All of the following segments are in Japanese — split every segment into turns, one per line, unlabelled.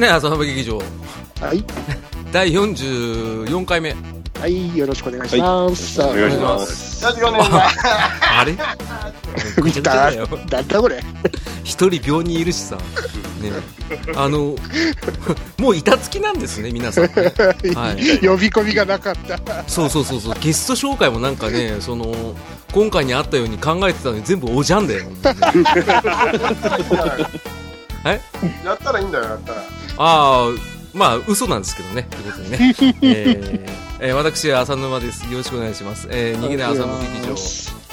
ない朝浜劇場
はい、
第44回目
はい、よろしくお願いします。
お願いし
さ
ます。
ラジオネームは
あれぐちゃぐちゃだよ
あ、なんだこれ。
一人病にいるしさ、ね、あの もう板付きなんですね皆さんね、はい、
呼び込みがなかった。
そうそうそうそうゲスト紹介もなんかねその今回にあったように考えてたのに全部おじゃんだよ
やったらいいんだよ、やったら。
ああまあ嘘なんですけどねということでね、えーえー私は浅沼ですよろしくお願いします、えー、逃げない浅沼劇場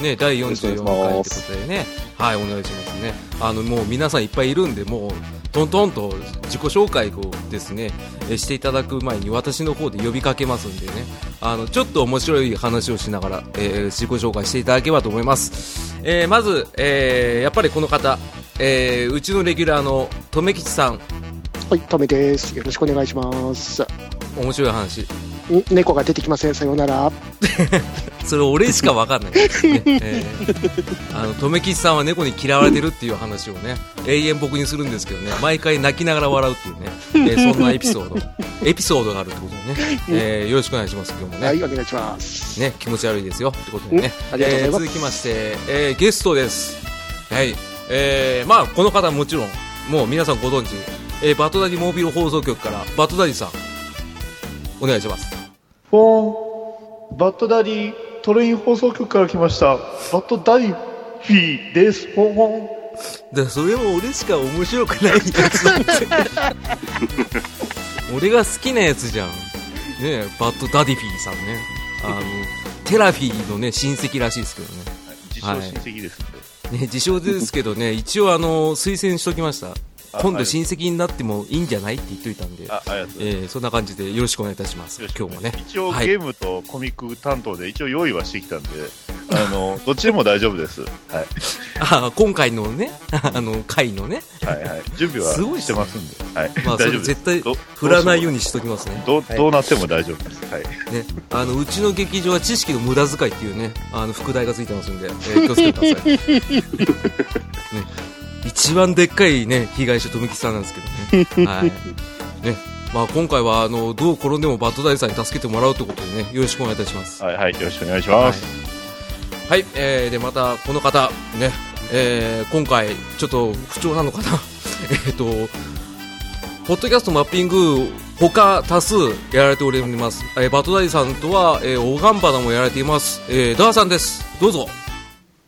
ね、第44回ってことでね、はい、お願いしますね。あの、もう皆さんいっぱいいるんで、もう、トントンと自己紹介をですね、えしていただく前に私の方で呼びかけますんでね、あの、ちょっと面白い話をしながら、えー自己紹介していただければと思います。えーまず、えーやっぱりこの方、えーうちのレギュラーの留吉さん、
はい、トメです。よろしくお願いします。ん
面白い話。
猫が出てきません。さようなら。
それ俺しかわか んない、ねえー、あの留吉さんは猫に嫌われてるっていう話をね永遠僕にするんですけどね毎回泣きながら笑うっていうね、え ーそんなエピソードエピソードがあるってことでね、えーよろしくお願いします今日もね,、
はい、お願いします。
ね気持ち悪いですよってことでね
うんありがとうござ
えー続
います
きまして、えーゲストですはいえーまあこの方もちろんもう皆さんご存知、えーバトダディモービル放送局からバトダディさんお願いします
フォン、バッドダディ、トレイン放送局から来ました。バッドダディ、フィーです。フォン。
だからそれも俺しか面白くないやつなん だよ俺が好きなやつじゃんねえバッドダディフィーさんねあのテラフィーのね親戚らしいですけどね
自称親戚ですね。
ね自称ですけど ね一応あの推薦しときました
あ
今
は
度
い
親戚になってもいいんじゃないって言っといたんで、
あ、ありがとうござい
えーそんな感じでよろしくお願いいたします
ます。
今日もね
一応
はい
ゲームとコミック担当で一応用意はしてきたんで、あ の、どっちでも大丈夫です。はい。
あ今回のね あの回のね
はいはい。準備は
すごいっす
して
ね
ますんで。はい。
まあ
大
それ
丈夫です。
絶対
ど
振らないようにしときますね
どうどうなっても大丈夫です。はい。
ね、あのうちの劇場は知識の無駄遣いっていうねあの副題がついてますんで、えー気をつけてください、ね、一番でっかいね被害者富木さんなんですけどね,、はいねまあ、今回はあのどう転んでもバッドダイさんに助けてもらうということでねよろしくお願いいたします
はいはい。よろしくお願いします。
はい、えーでまたこの方ね、えー今回ちょっと不調なのかな えっとポッドキャストマッピング他多数やられております、えーバトダイさんとは、えー、おがんばなもやられています、えーダーさんですど うぞ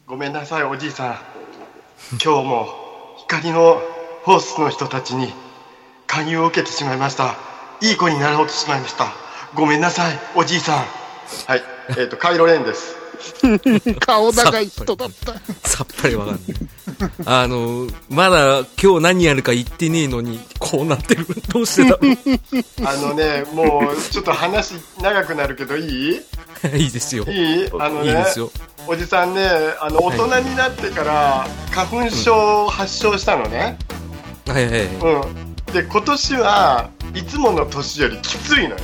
ごめんなさい、おじいさん。今日も光のホースの人たちに勧誘を受けてしまいました。いい子になろうとしまいました。ごめんなさい、おじいさん。はい、えっ、と、カイロレンです。
顔長い人だった。
さっぱりわかんないあのまだ今日何やるか言ってねえのにこうな ってるどうしてだろ
あのね、もうちょっと話長くなるけどいいう
いいですよい
いいあの
い
ね
ですよ
おじさんね、あの大人になってから花粉症を発症したのね。
はいはいはい
うん、で今年はいつもの年よりきついのよ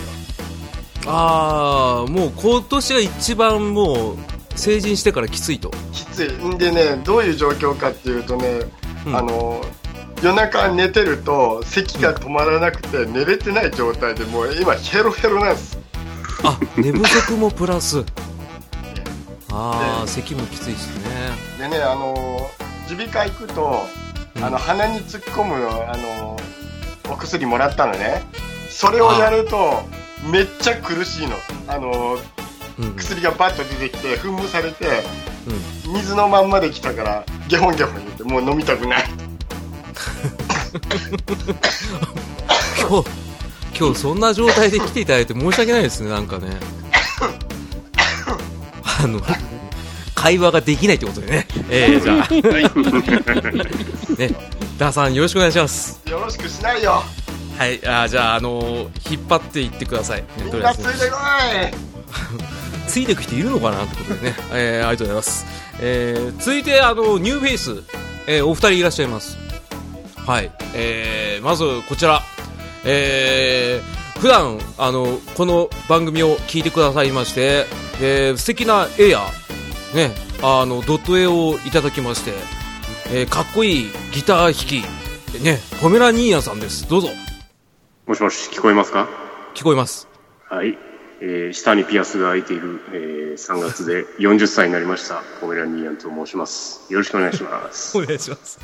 ああもう今年が一番もう成人してからきついと
きついんでねどういう状況かっていうとね、
うん
あの夜中寝てると咳が止まらなくて寝れてない状態でもう今ヘロヘロなんです
あ寝不足もプラスああ咳もきついしね
でねあの耳鼻科行くと
うん
あの鼻に突っ込むあのお薬もらったのねそれをやるとめっちゃ苦しいのあの
うんうん
薬がバッと出てきて噴霧されて
うん
水のまんまで来たからゲホンゲホン言ってもう飲みたくない
今日今日そんな状態で来ていただいて申し訳ないですねなんかねあの会話ができないってことでねえー、じゃあ ねダーさんよろしくお願いします
よろしくしないよ
はいあーじゃああのー引っ張っていってください、ね
み
と
ん
りあえ
なつ
ず
い
ね
て
ついてく
こい
人いるのかなってことでね、 えー、ありがとうございます、えー、続いてあのニューフェイス、えー、お二人いらっしゃいますはい、えー、まずこちらえー、普段あのこの番組を聞いてくださいまして、えー、素敵な絵やねあのドット絵をいただきまして、えー、かっこいいギター弾きねポメラニーヤさんですどうぞ
もしもし、聞こえますか
聞こえます。
はい。えー下にピアスが開いている、え3月で40歳になりました、ポメラニアンと申します。よろしくお願いします。
お願いします。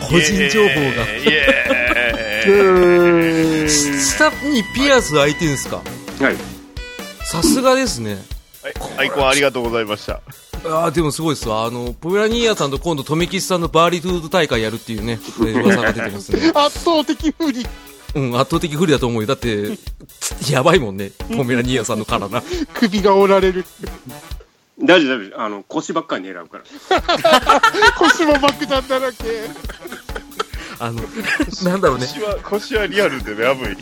個人情報が。
イエーイ
下にピアス開いてるんですか
はい。
さすがですね。
はいアイコンありがとうございました。
ああ、でもすごいですわ。あの、ポメラニーヤさんと今度、留吉さんのバーリトゥード大会やるっていうね、えー噂が出てます ね。
圧倒的不利。
うん、圧倒的不利だと思うよ。だって、つやばいもんね。ポメラニーヤさんの体。
首が折られる。
大丈夫、大丈夫。あの、腰ばっかり狙うから。
腰も爆弾だらけ。
あの、なんだ ろうね。
腰は、腰はリアルでね、やばい。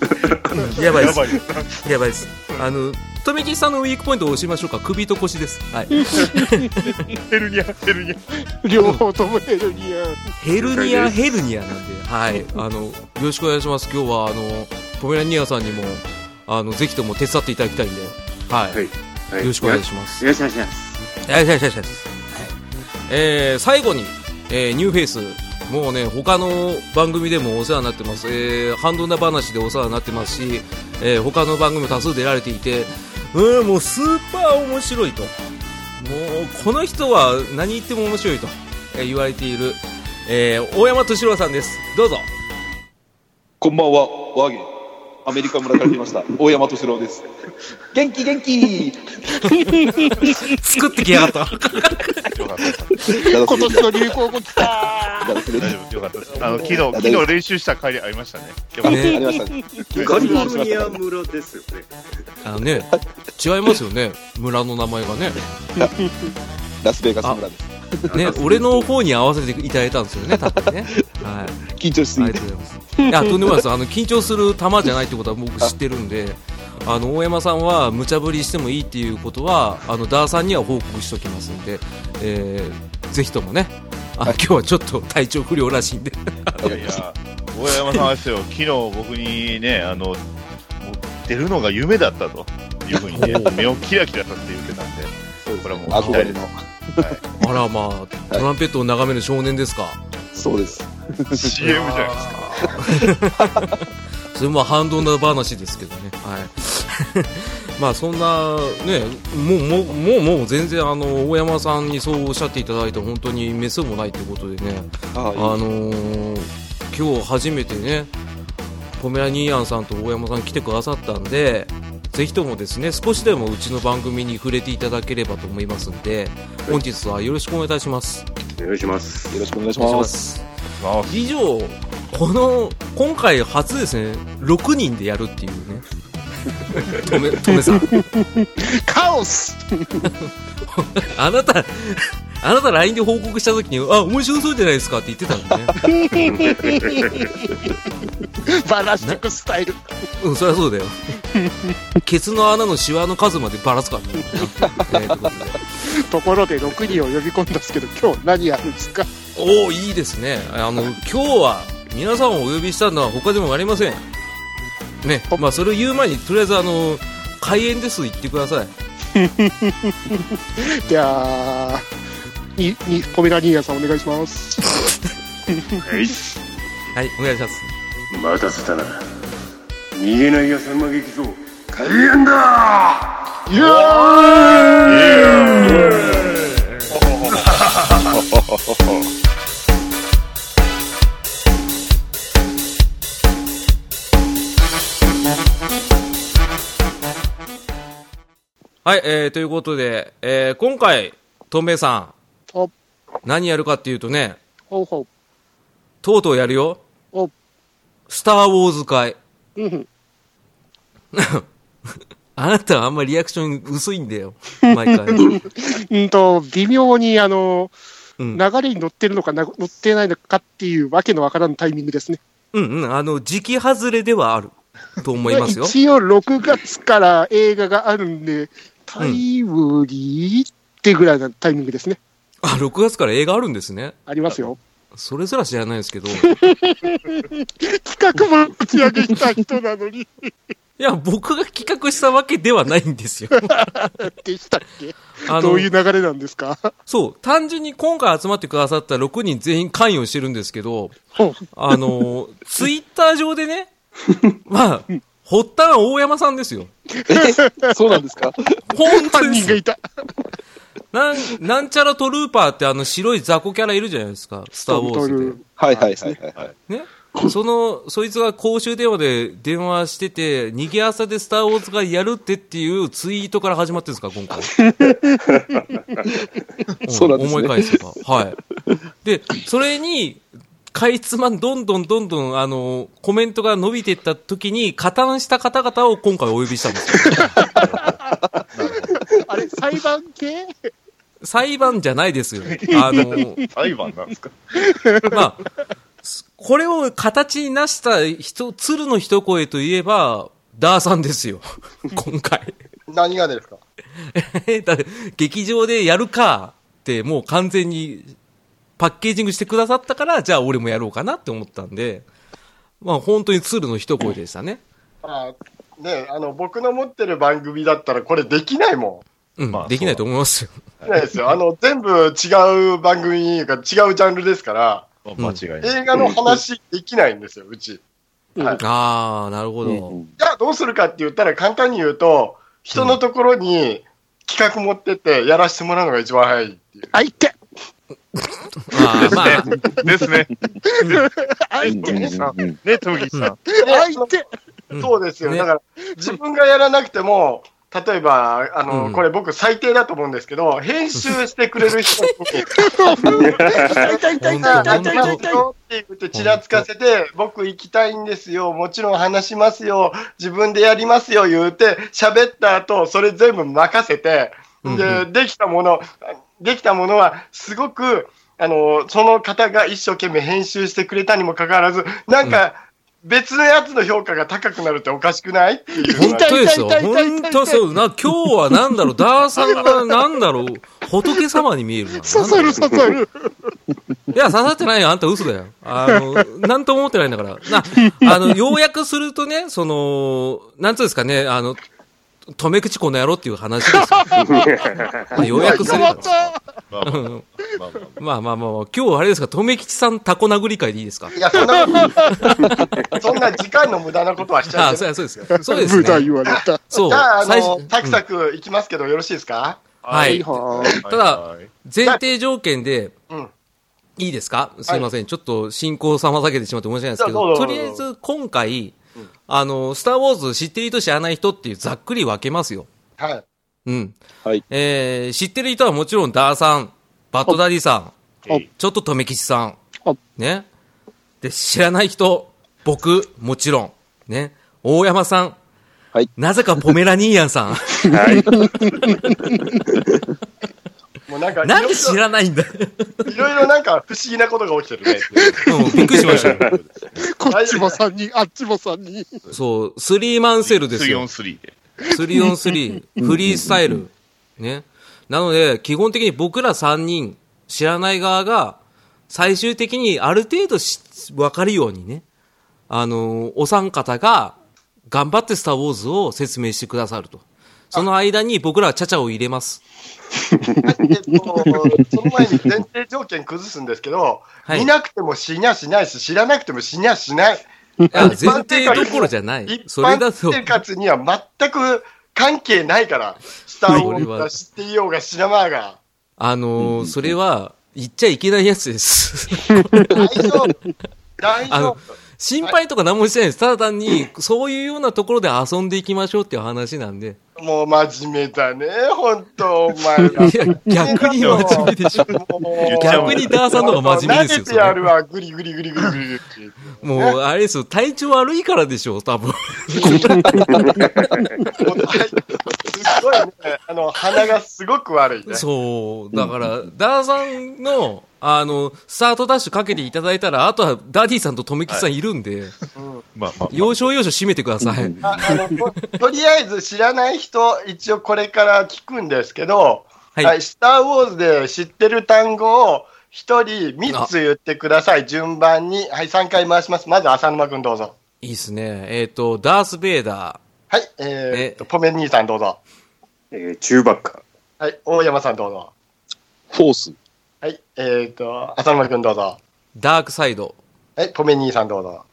やばいで
や
す
ば。い。
やばいです。あの、留吉さんのウィークポイントを押しましょうか。首と腰です。 はい。
ヘルニア、ヘルニア。
両方ともヘルニア。
ヘルニア、
了解です
ヘルニアなんで、はい、あの、よろしくお願いします。今日は、あの、ポメラニアさんにも、あの、ぜひとも手伝っていただきたいんで、はい、
はいは
よろしくお願い
ま
します。
す。よろしくお願いします。
はい、はい、はい、はい。えー、最後に、えー、ニューフェイス。もうね、他の番組でもお世話になってます。えー、ハンドナ話でお世話になってますし、えー、他の番組も多数出られていて、うん、もうスーパー面白いと。もう、この人は何言っても面白いと、えー言われている、えー、大山敏郎さんです。ど うぞ。
こんばんは、ワーゲン。アメリカ村から来ました。大山敏郎です。元気元気
作ってきやがった。
よかったです。
今
今年の流行語来た。
大丈夫、よかったです。あの、昨日、昨日練習した帰りありましたね。よかった。
あ
ね、
りましたね。
カリフォルニア村ですよね。
あのね、違いますよね。村の名前がね。
ラスベガス村です。
ね、俺の方に合わせていただいたんですよ ね、多分ね。はい。
緊張しす
あ
ぎ
り
て
が。とうございます。いや、とんでもないです。あの、緊張する玉じゃないってことは僕知ってるんで、あの、大山さんは無茶ぶりしてもいいっていうことは、あの、ダーさんには報告しときますんで、えー、ぜひともね、あの、今日はちょっと体調不良らしいんで。
いやいや、大山さんはですよ、昨日僕にね、あの、もう出るのが夢だったというふうにね、目をキラキラさせて言ってたんで、これはもう期
憧
待
れ
で
の。
あら、まあ、トランペットを眺める少年ですか。
そうです。
す。CM じゃないですか。
それも反動な話ですけどね、はい、 まあそんなねもうもうもうもう全然あの大山さんにそうおっしゃっていただいて本当にメスもないということでね、
あ
あのー今日初めてねポメラニーアンさんと大山さん来てくださったんでぜひともですね少しでもうちの番組に触れていただければと思いますんで本日はよろしくお願いいたします。
お願いします。
よろしくお願いし
お願いし
ま。
ますす
まあ
以上この今回初ですね6人でやるっていうねと めとめさん
カオス
あなたあなた LINE で報告した時にあ面白そうじゃないですかって言ってたんでね
バラしてくスタイル。
うんそりゃそうだよケツの穴のシワの数までばらす からね、えーということで
ところで6人を呼び込んだんですけど、今日何やるんですか
おおいいですねあの今日は皆さんをお呼びしたのは他でもありませんねまあそれを言う前にとりあえずあの開演です言ってください
じゃあ、に、に、ポメラニーヤさんお願いします。
はい。
はいお願いします
待たせたな。逃げない浅間劇場、開演だ
いや
はい、えー、ということで、えー、今回、トンベイさ
お、
ん、何やるかっていうとね、
ほうほ
とうとうやるよ。
う、お、
スターウォーズ会。
うん、
あなたはあんまりリアクション薄いんだよ。 毎回。
うんと、微妙に、あの、
うん
流れに乗ってるのかな、乗ってないのかっていうわけのわからんタイミングですね。
うんうん、あの、時期外れではある。と思い ますよ。
一応6月から映画があるんで、タイムリーってぐらいのタイミングですね。
あ、6月から映画あるんですね。
ありますよ。
それすら知らないですけど。い
企画も打ち上げした人なのに、
や、僕が企画したわけではないんです よ。
でしたっけ
あ
ど
の
うい、う流れなんですか
そう、単純に今回集まってくださった6人全員関与してるんですけど、
ほう
あの、ツイッター上でね、まあ、発端は大山さんですよ。
そうなんですか
本当
犯
で
人
す
が
よ
いた。
なん、なんちゃらトルーパーってあの白い雑魚キャラいるじゃないですか、スターウォーズで。
はいはいはいはいはい。
ね。その、そいつが公衆電話で電話してて、逃げ朝でスターウォーズがやるってっていうツイートから始まってるんですか、今回。
そうなんですね
思い返せば。はい。で、それに、かいつまん、どんどんどんどん、あの、コメントが伸びていった時に、加担した方々を今回お呼びしたんですよ。
あれ、裁判系
裁判じゃないですよ。あの、
裁判なんですか
まあ、すこれを形になした人、鶴の一声といえば、ダーさんです よ。今回。
何がですか
えだって劇場でやるかって、もう完全にパッケージングしてくださったから、じゃあ俺もやろうかなって思ったんで、まあ本当に鶴の一声でしたね。
あねあの、僕の持ってる番組だったらこれできないも
うん、
まあ
できないと思いますよ。
ん。できないですよ。あの、全部違う番組が違うジャンルですから、
間違いない。
映画の話できないんですよ、うち。
ああ、なるほど。
じゃあどうするかって言ったら簡単に言うと、人のところに企画持ってってやらせてもらうのが一番早いっていう。
あいて、
ああ、ま あ、
ですね。
あいて、
ね、トムギさん。
あいて、
うん
そうですよ。
ね
だから、自分がやらなくても、例えば、あの、
うん
これ僕最低だと思うんですけど、編集してくれる人に、
あいたいたいた
あ
いた
あ
いた
ち
い
ら
た
行
い
く
た。
よって言ってちらつかせて、僕行きたいんですよ、もちろん話しますよ、自分でやりますよ言うて、喋った後、それ全部任せて、
うんう
で、できたもの、できたものは、すごく、あの、その方が一生懸命編集してくれたにもかかわらず、なんか、別のやつの評価が高くなるっておかしくないっていう。
本当ですよ。
痛い痛い痛い痛
本
い
当そう。な、今日はなんだろう、ダーさんがなんだろう、仏様に見えるな。
刺さる刺さる。
いや、刺さってないよ。あんた嘘だよ。あの、なんとも思ってないんだから。な、あの、要約するとね、その、なんつうんですかね、あの、止め口この野郎っていう話ですよ。まあ、要約すれば。
まあまあ
うん
まあまあ
まあまあまあまあ、今日はあれですか、留吉さんタコ殴り会でいいですか
いや、そんな、 そんな時間の無駄なことはしちゃ
あ
いけ
そ
な
う
い。
やそうです。そうです
無駄
ね。
言われた。
そう。
じゃあ、あ
最
の
初、
サクサクいきますけど、よろしいですか
はい。
は
ただ
はい
前提条件で
うん、
いいですかすいません。ちょっと進行を妨げてしまって申し訳ないですけ
いやど
ど、
う
と
ぞ
りあえず今回、あの、スターウォーズ知ってる人知らない人っていうざっくり分けますよ。
はい。
うん。
はい
えー知ってる人はもちろんダーさん、バッドダディさん、
はい
ちょっと留吉さ
あ
ん、ね。で、知らない人、僕、もちろん、ね。大山さん、
はい
なぜかポメラニーヤンさん。
もうなんか、
なんで知らないんだよ。
いろいろなんか不思議なことが起きてるね。
うんびっくりしましたよ。
こっちも3人、あっちも3人。
そう、スリーマンセルですよ。
343で。
3on3、フリースタイル。ね。なので、基本的に僕ら3人、知らない側が、最終的にある程度しわかるようにね、あのーお三方が、頑張ってスターウォーズを説明してくださると。その間に僕らはチャチャを入れます。
えっと、その前に前提条件崩すんですけど、
はい
見なくても死にゃしないし、知らなくても死にゃしない。
いや前
一般
提どころじゃない。
一
それだ
般
と、
生活には全く関係ないから、スターウォーズが知っていようが知らまいが。
あのーそれは、言っちゃいけないやつです。
大丈 夫。大
あ
丈
の
夫。、
心配とか何もしてないです。ただ単に、そういうようなところで遊んでいきましょうっていう話なんで。
もう真面目だね、本当お前ら。
いや、 逆に真 面目でしょ。逆にダーさんの方が真面目ですよ
投げてやるわ、グリグリグリグリグリって。
もう、あれですよ、体調悪いからでしょう、多分。
もうはいすごいね、あの、鼻がすごく悪いね。
そう。だから、ダーさんの、あの、スタートダッシュかけていただいたら、あとはダディさんとトメキさんいるんで、
まあまあまあ。
要所要所締めてください。
ああのととりあえず知らない人、一応これから聞くんですけど、
はい
はいスター・ウォーズで知ってる単語を一人3つ言ってください、順番に。はい、3回回します。まず浅沼君どうぞ。
いいっすね。えっ、と、ダース・ベイダ
はい、えー
え
ポメン兄さんどうぞ。
えー、中ばっか。
はい、大山さんどうぞ。
フォース。
はい、えー、と、浅沼君どうぞ。
ー、ダークサイド、
はい、ポメン兄さんどうぞ。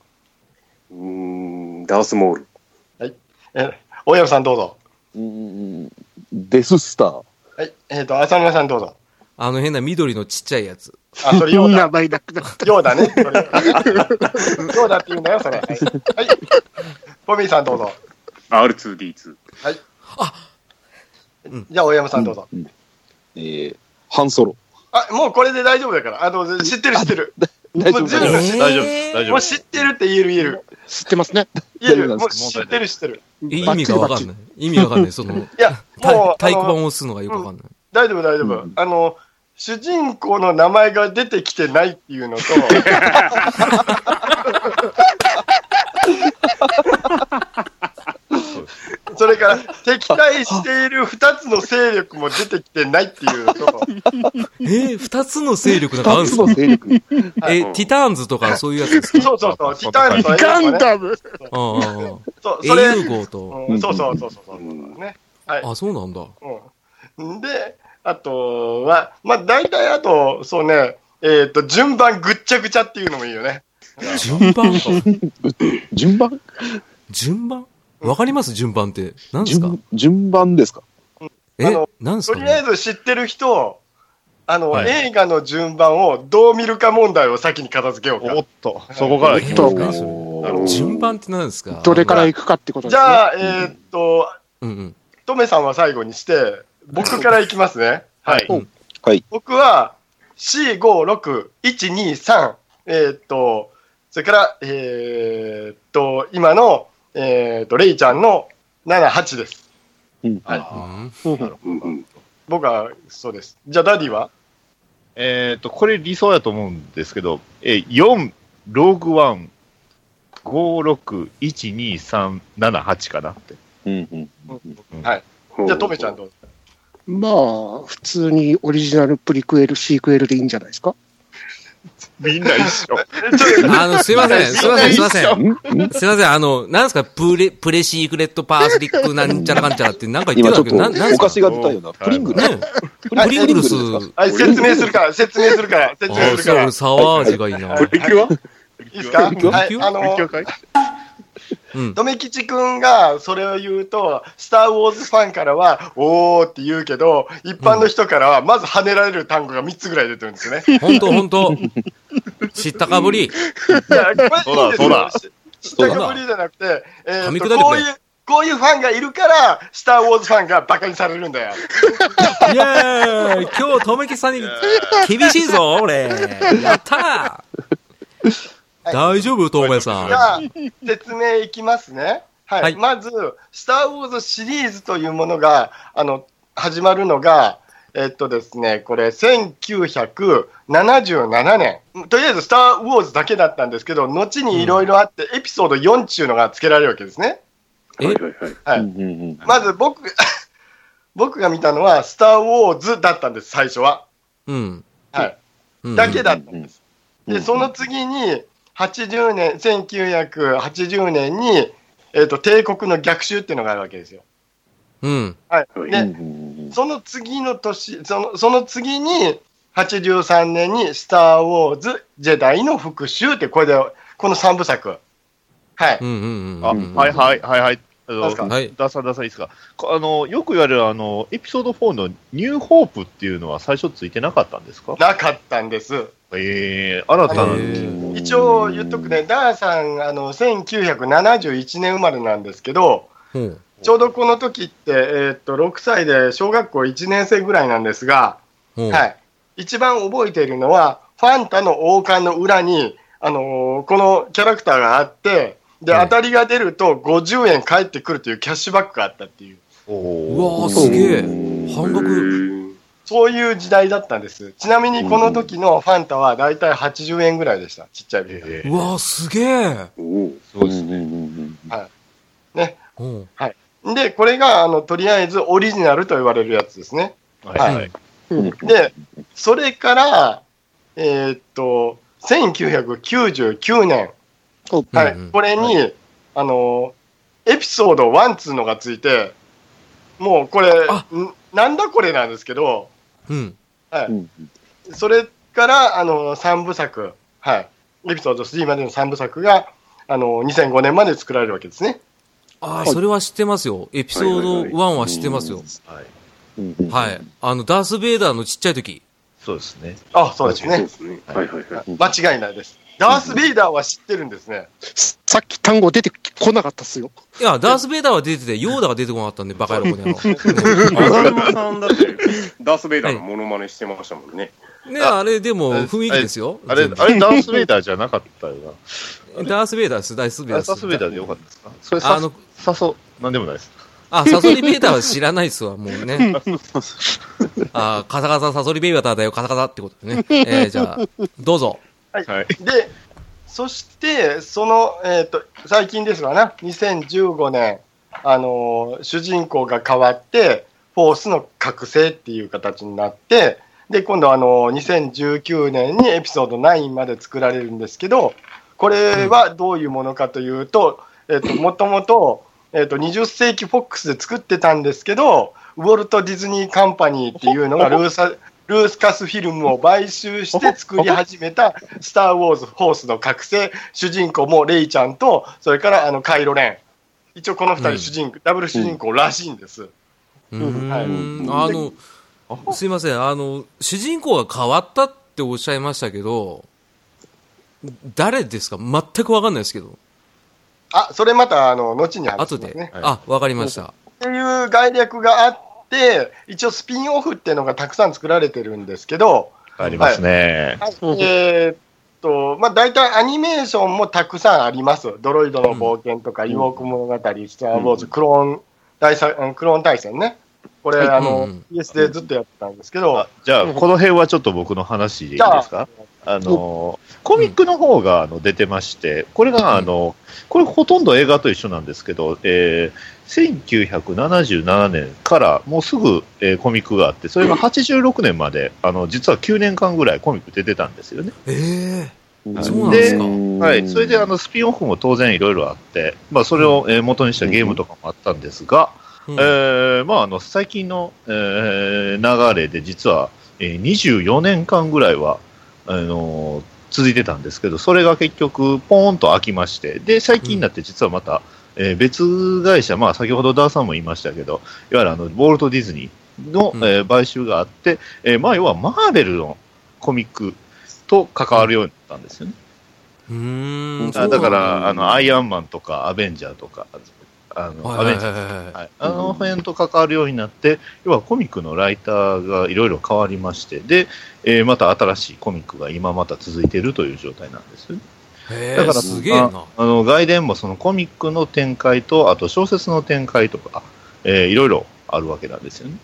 うーん、ダースモール。
え大山さんどうぞ。
うんデススター。
はい。えっ、と、浅沼さんどうぞ。
あの変な緑のちっちゃいやつ。
あ、それヨー
名
ダ。
前なくなった。
ヨーダね。それヨーダって言うんだよ、それ。はい。はいボミーさんどうぞ。
R2D2。
じゃあ、大山さんどうぞ。
えー、ハンソロ。
あ、もうこれで大丈夫だから。あの、知ってる知ってる。
大丈
も
夫
う十 分
大丈夫。
大丈夫です。大丈
も
夫
う
です。
知ってるって言える言える。
知ってますね。
言える。
大丈夫なん
もう
です
か
知ってる知ってる。
え意味がわかんない。意味わかんない。その、
いや、
た
もう、
太鼓
あの
判を押すのがよくわかんない。
大丈夫大丈夫。あの、主人公の名前が出てきてないっていうのと、それから敵対している2つの勢力も出てきてないっていうのと、
えー、二つの勢力なんかあるん
二
です
つ
か
の勢力。
え、ティターンズとかそういうやつですか
そうそうそう、ティターンと
ガ
エルフ
ン
ね
ダム
うんうんうん。
そう
英
それ、
雄号と。
うんそうそうそうそうそう、ね。はい。
あ、そうなんだ。
うんで、あとは、まあ、大体あと、そうね、えっ、と、順番ぐっちゃぐちゃっていうのもいいよね。
順番
順番
順番わかります順番って。何ですか
順順番ですか
あ
え
の
何です
と
か
り
ね
あえず知ってる人を、あの、
はい
映画の順番をどう見るか問題を先に片付けよう
お
か。
っと、そこから行き
ど
ます
う
か
か
お
なる
ー
ほ
順番って何ですか
どれから行くかってこと
じ
ね
ゃあ、えっ、と、
うんうん。
トメさんは最後にして、僕からいきますね。
はい。
僕は、4、5、6、1、2、3、えーっと、それから、えーっと、今の、えーっと、レイちゃんの7、8です。
うん
うん
うんうん。
僕は、そうです。じゃあ、ダディは
えっ、と、これ理想やと思うんですけど、えー、4、ログワン、5、6、1、2、3、7、8かなって。
うんうん。
じゃあ、トメちゃんど
と。
う
まあ、普通にオリジナルプリクエル、シークエルでいいんじゃないですか。
みんな一 緒。
あの、すいません、すいません、すいません。
んん
すいません、あの、なんですか、プレ、プレシークレットパースリックなんちゃらかんちゃらってなんか言っ
今
て
ち
た
ょっ
けど、なん、なんです
とお
か
菓子が出たような。プリングル。
ねプリングルス。あ
はい、説明するから、説明するから、説明
ー、そう
するから。い
サワー味がいいな。
プリキュア
いですか
プリキュア
は
プリ
い、
キュア
あの、
教会
うん。
ドメ吉くんがそれを言うと、スター・ウォーズファンからは、おーって言うけど、一般の人からは、まず跳ねられる単語が3つぐら い出てるんですよね。
ほんとほんと。知ったかぶり。
いやこれいいんですよ
そうだ
知ったかぶりじゃなくて、え
噛
ー
み
と
砕いてくれ
こういう、こういうファンがいるから、スター・ウォーズファンがバカにされるんだよ。
イエーイ今日、とめきさんに厳しいぞ、俺。やったな大丈夫、とめ
じ
さ
ゃあ、説明いきますね。はい。
はい
まず、スター・ウォーズシリーズというものが、あの、始まるのが、えっとですね、これ、1977年。とりあえず、スター・ウォーズだけだったんですけど、後にいろいろあって、エピソード4っていうのが付けられるわけですね。
え
はいはいはい。
うんうんうん
まず、僕、 僕が見たのは、スター・ウォーズだったんです、最初は。
ん。うん。
はい。
うん
だけだったんです。
うんうん
で、その次に、80年、1980年に、えっ、と、帝国の逆襲っていうのがあるわけですよ。
うん。
はい。
はい
で、
うんうんうん
その次の年、その、その次に、83年に、スター・ウォーズ・ジェダイの復讐って、これで、この3部作。はい。
うんうんうん。
あ、
うん
はいはいはいはい。あの
何すか
はい
ダサダサいいですか。こあの、よく言われる、あの、エピソード4のニューホープっていうのは最初ついてなかったんですか
なかったんです。
ええ新たな
へ
の。
ー
一応言っとくね、ダーさん、あの、1971年生まれなんですけど、
ほう
ちょうどこの時って、えーっと、6歳で小学校1年生ぐらいなんですが、
ほう
はい。一番覚えているのは、ファンタの王冠の裏に、あのーこのキャラクターがあって、で、
はい
当たりが出ると50円返ってくるというキャッシュバックがあったっていう、
うわ
お
ー
ー
すげえ
うん。
半
へ
額。
ー
そういう時代だったんです。ちなみにこの時のファンタはだいたい80円ぐらいでした、ちっちゃい瓶が
え
うわーすげえ。
おお。
すごいですね。
うんうんうんうん
ほう
で、これが、あの、とりあえずオリジナルと言われるやつですね。
はい
は
はいい。
で、それから、えーっと、1999年、
お
はい
うんうん
これに、あの、エピソード1っつうのがついて、もうこれ、
あ
んなんだこれなんですけど、
うん。
うん
それから、あの、3部作、はい、エピソード3までの3部作が、あの、2005年まで作られるわけですね。
ああ、それは知ってますよ。エピソード1は知ってますよ。はい。あの、ダース・ベイダーのちっちゃい時。
そうですね。
あそうですね。
すね。はいはいはい。
間違いないです。ダース・ベイダーは知ってるんですね。
さっき単語出てこなかったっすよ。
いや、ダース・ベイダーは出てて、ヨーダが出てこなかったんで、バカ野郎この野郎。
浅沼さんだって、ダース・ベイダーのモノマネしてましたもんね。
ね、あれでも雰囲気ですよ。
あれ、あれダース・ベイダーじゃなかったよな。
ダース・ベイダーです、ダース・ベイ
あ
ダーで
れ
す。
ダース・ベイ ダーでよかったですかそれ
あ
さ
の、
さそう。なんでもないです。
あ、サソリ・ベイダーは知らないっすわ、もう ね。あカサカサ、サソリ・ベイダーだよ、カサカサってことでね。えー、じゃあ、どうぞ。
はい。
で、そして、その、えっ、と、最近ですわな、2015年、あのー主人公が変わって、フォースの覚醒っていう形になって、で、今度、あのー2019年にエピソード9まで作られるんですけど、これはどういうものかというと、えっ、と、もともと、えっ、と、20世紀フォックスで作ってたんですけど、ウォルト・ディズニー・カンパニーっていうのがルーサ、ルースカスフィルムを買収して作り始めた「スター・ウォーズ・ホースの覚醒」主人公もレイちゃんとそれからあのカイロレン一応この二
うん
人主人公、ダブル主人公らしいんです、
うーん、あの、すいません、あの、主人公が変わったっておっしゃいましたけど、誰ですか全くわかんないですけど。
あそれまたあの後に話し
後
ます
で
ね。
あ、わかりました。
っていう概略があって一応スピンオフっていうのがたくさん作られてるんですけど、
ありますね。
うん
えーっと、まあ、大体アニメーションもたくさんあります。ドロイドの冒険とか、イウォーク物語、スター・ウォーズ、クローン大さ、クローン大戦ね。これ、あ
う
の
ん、
PS でずっとやってたんですけど、
じゃあ、この辺はちょっと僕の話でいいですかあの、コミックの方があの出てまして、これが、あの、これほとんど映画と一緒なんですけど、えー1977年からもうすぐ、えーコミックがあって、それが86年まで、あの、実は9年間ぐらいコミック出てたんですよね。
ええ
はい
そうなんですか。
はい、それであのスピンオフも当然いろいろあって、まあ、それをえー元にしたゲームとかもあったんですが、
うん
えーまあ、あの最近の、えー流れで実は、えー24年間ぐらいはあのー続いてたんですけどそれが結局ポーンと空きましてで最近になって実はまた、えー別会社、まあ、先ほどダーさんも言いましたけどいわゆるあのウォルト・ディズニーの、
うん
えー買収があって、えーまあ、要はマーベルのコミックと関わるようになったんですよね。
うーん。
あだから、
だ
あの、アイアンマンとか、アベンジャーとか、あの、
はい
ア
は
ベ
い
ンジャー、
はいは
はい、あの辺と関わるようになって、要はコミックのライターがいろいろ変わりまして、で、えーまた新しいコミックが今また続いているという状態なんですよね。
い。へ
だか
え、
ら
すげえな。
あの、外伝もそのコミックの展開と、あと小説の展開とか、えーいろいろあるわけなんですよね。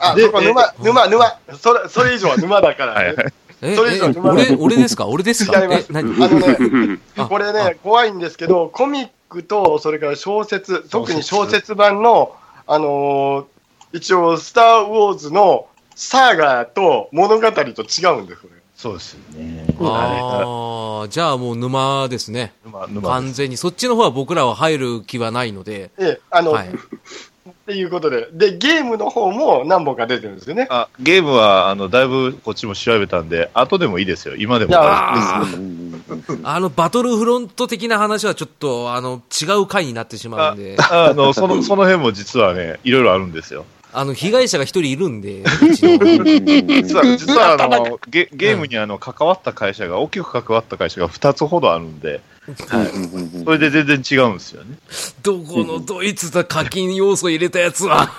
あ、
で
そこ沼、
え
沼、沼、それ、それ以上は沼だから、
はいはい。
え、え
それ以上に
俺、俺ですか俺ですか
違いま
え
す、
何
あのね、
あ
これ
あ
ね、怖いんですけど、コミックと、それから小説、特に小説版の、あのー一応、スター・ウォーズのサーガーと物語と違うんです、これ。
そうですよね。あ
ああ、じゃあもう沼ですね。
れ沼、沼で
完全に。そっちの方は僕らは入る気はないので。
ええ、あの、
はい。
っていうことで。で、ゲームの方も何本か出てるんですよね。
あゲームは、あの、だいぶこっちも調べたんで、後でもいいですよ。今でも
いや
大丈夫です。
あの、バトルフロント的な話はちょっと、あの、違う回になってしまうんで、
あの、その、その辺も実はね、いろいろあるんですよ。
あの、被害者が一人いるんで、うちの
実は、実はあの、ゲゲームにあの、関わった会社が、大きく関わった会社が2つほどあるんで、それで全然違うんですよね。
どこのドイツだ課金要素入れたやつは。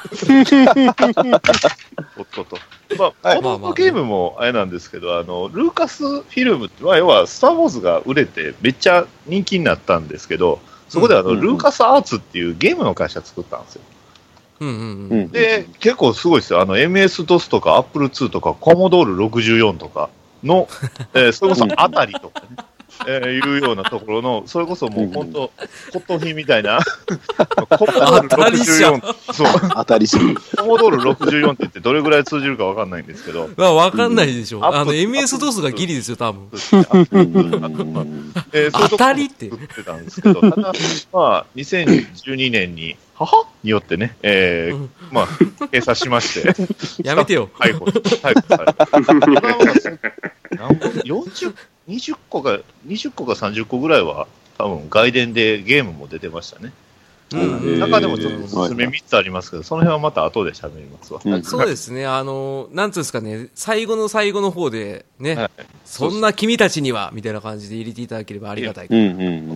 おっとっと。まあ、
まあ
こ
まあ
のゲームもあれなんですけど、あの、ルーカスフィルムって、まあ、要は、スター・ウォーズが売れて、めっちゃ人気になったんですけど、そこであの、ルーカスアーツっていうゲームの会社作ったんですよ。
うんうんうん。
で、結構すごいですよ。あの、MS-DOS とか Apple2 とか、コモドール64とかの、 えーそれこそあたりとかね、えーいうようなところの、それこそもう本当、骨董品みたい な、コモドール
たり社
64、そう、
当たりそう。
コモドール64って言ってどれぐらい通じるかわかんないんです けど、
まあ、わかんないでしょ。
うん
あの、
アップ
MS-DOS がギリですよ、多分。
そうですねえーそういうとこ
当たりって
作ってたんですけど、ただ、まあ、2012年に、母によってね、えー
うん
まあ、閉鎖しまして、
やめてよ。
逮捕、逮捕された。何個 ?40、20個か、20個か30個ぐらいは多分外伝でゲームも出てましたね。
うん
中でもちょっとおすすめ3つありますけど、その辺はまた後で喋りますわ。
うん
そうですね、あの、なんつうんですかね、最後の最後の方で、ね、
はい
そんな君たちには、みたいな感じで入れていただければありがたい。
うんうん
う
うんうんん。
う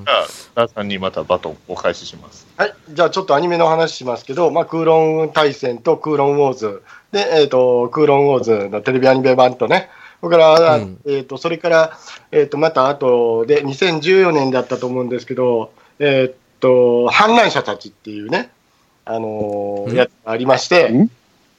ん
じゃあ、ダーさんにまたバトンお返しします。
はい、じゃあちょっとアニメの話しますけど、まあ、クーロン対戦とクーロンウォーズ、で、えっ、と、クーロンウォーズのテレビアニメ版とね、それから、
うん
えっ、と、それから、えっ、と、また後で、2014年だったと思うんですけど、えっ、と、反乱者たちっていうね、あのー
うん
やつがありまして、
うん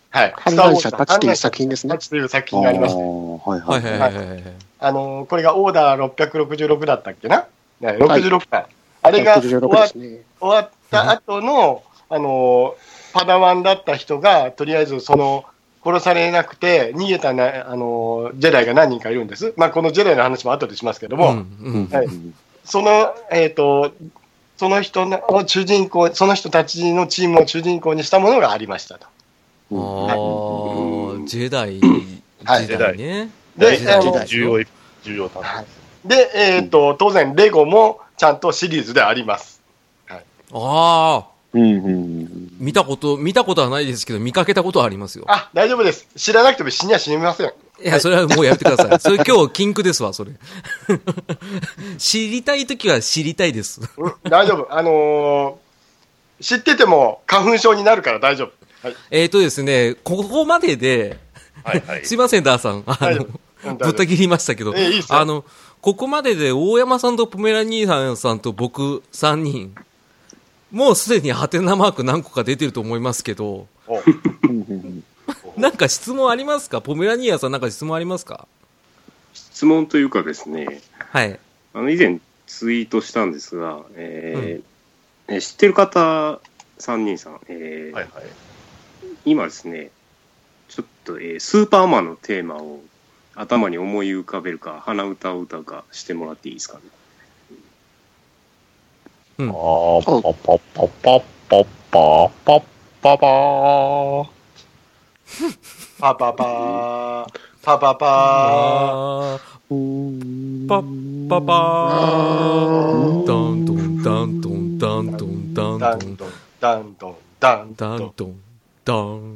はい、
反乱者たちっていう
スターウォーズの反乱者
作品ですね
た。ちという作品がありまして、
ーはい
は
はいい。
はいはいはい。
あのーこれがオーダー666だったっけな、ね、66回、あれが終
66
わっ
ですね。
終わった後の、あの、パダワンだった人が、とりあえずその、殺されなくて、逃げたな、あの、ジェダイが何人かいるんです。まあ、このジェダイの話も後でしますけど
う
も、
ん
はいその、えっ、と、その人のを主人公、その人たちのチームを主人公にしたものがありましたと。
うん、あ
は
ー、ジェダイ、
はい
時代ね。
で、
大事な
あの
重要、重要担当です。
で、えっ、と、当然、レゴもちゃんとシリーズであります。
あ
うんうん
ー、見たこと、見たことはないですけど、見かけたことはありますよ。
あ、大丈夫です。知らなくても死には死にま せん。
いや、それはもうやめてください。そ れ今日、禁句ですわ、それ。 知りたいときは知りたいです。
うん大丈夫。あのー知ってても花粉症になるから大丈夫。はい。
えっとですね、ここまでで、
はい はい。
すいません、ダーさん。あ
大丈
の
夫うん大丈
ぶ
夫
った切りましたけど、
ええいいっすよ
あの、ここまでで大山さんとポメラニーさんと僕3人、もうすでにハテナマーク何個か出てると思いますけど、
お
なんか質問ありますかポメラニアさんなんか質問ありますか
質問というかですね、
はい。
あの以前ツイートしたんですが、えーえ知ってる方3人さん、えー
はいはい。
今ですね、ちょっと、えースーパーマンのテーマを頭に思い浮かべるか、鼻歌を歌うかしてもらっていいですかね。
あー、パパパパパパパパパー。
パパパー、パパパ
あーパッパパー。ダンドン、ダンドン、ダンドン、ダ
ー、
ン
ダ
ド
ン
ン、
ドン、ダンドン、ダン
ダン
ドン。
ドン、ダン。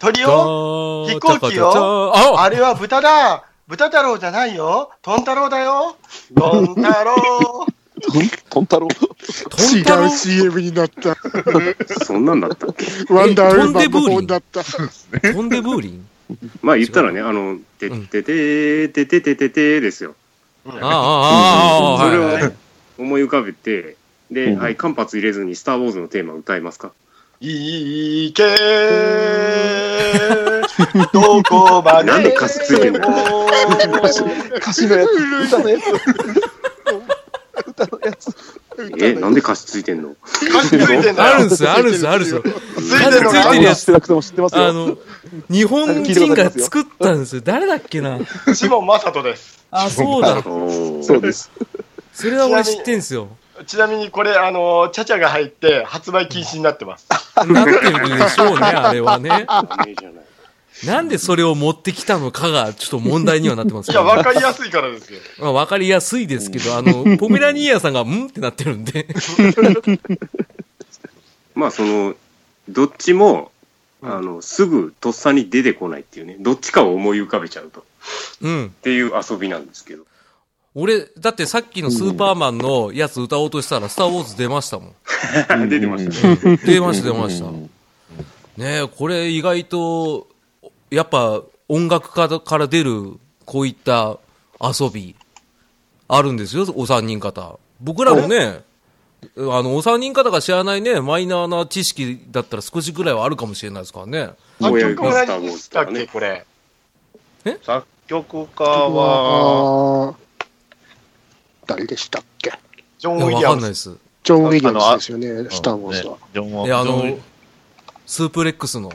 鳥
ダ
よ、
ー
飛行
チ
機よ
ャカチャあ
あれは豚だ豚太郎じゃないよトン太郎だよトン太郎
トンタロ
トンタロ
違う CM になった。
そんなんだったっけ
ワンダーウーマ
トンデブーリ
ン
ン
の本だった。
トンデブーリン
まあ言ったらね、あの、てってててててててですよ。
ああ、ああ、ああ
それ
はい
をね、思い浮かべて、で、
うん
はい、間髪入れずに、スター・ウォーズのテーマ歌いますか。
いけー どこまで
なんでカスついてんの
も
歌詞のやつ、歌のやつ、歌のやつ。
え、なんで歌詞ついてんの
歌詞ついてんだ
ある
よ
んすよ、あるんすよ、あるんすよ。
ついてんの
つい
か
てるやつ
知ってなくても知ってますよ。
あの、日本人が作ったんですよ。誰だっけな。
シモン・マサトです
あ、そう
お
だ。
ー
そうです。
それは俺知ってんすよ。
ちなみにこれ、あの、チャチャが入って発売禁止になってます。
なってるでしょうね、あれはね。
ダメじゃない
なんでそれを持ってきたのかが、ちょっと問題にはなってます
い
け
や、
ど、
わかりやすいからですよ。
まあわかりやすいですけど、あの、ポメラニーヤさんが、んってなってるんで。
まあ、その、どっちも、あの、すぐとっさに出てこないっていうね、どっちかを思い浮かべちゃうと。っ
うん。
ていう遊びなんですけど。
俺、だってさっきのスーパーマンのやつ歌おうとしたら、スターウォーズ出ましたもん。
出てましたね。
出ました、出ました。ねえ、これ意外と、やっぱ音楽家から出るこういった遊び、あるんですよ、お三人方。僕らもね、あの、お三人方が知らないね、マイナーな知識だったら少しぐらいはあるかもしれないですからね。
もうや
結
り
局
ました
何で
もう
し
ス
た
タ
っ
ー
け、
ね。
これ。
作曲家
あー
は、
誰でしたっけ
ジョン・
い
ウ
や、わ
ィリ
か
ア
んない
ム
で
ス。
す。
ジョン・ウィリアムスですよね、スター・ウォーズは。
ねジョン・ウォン
いや、あ
ジョンウィ
の
リ、
スープレックスの。
ん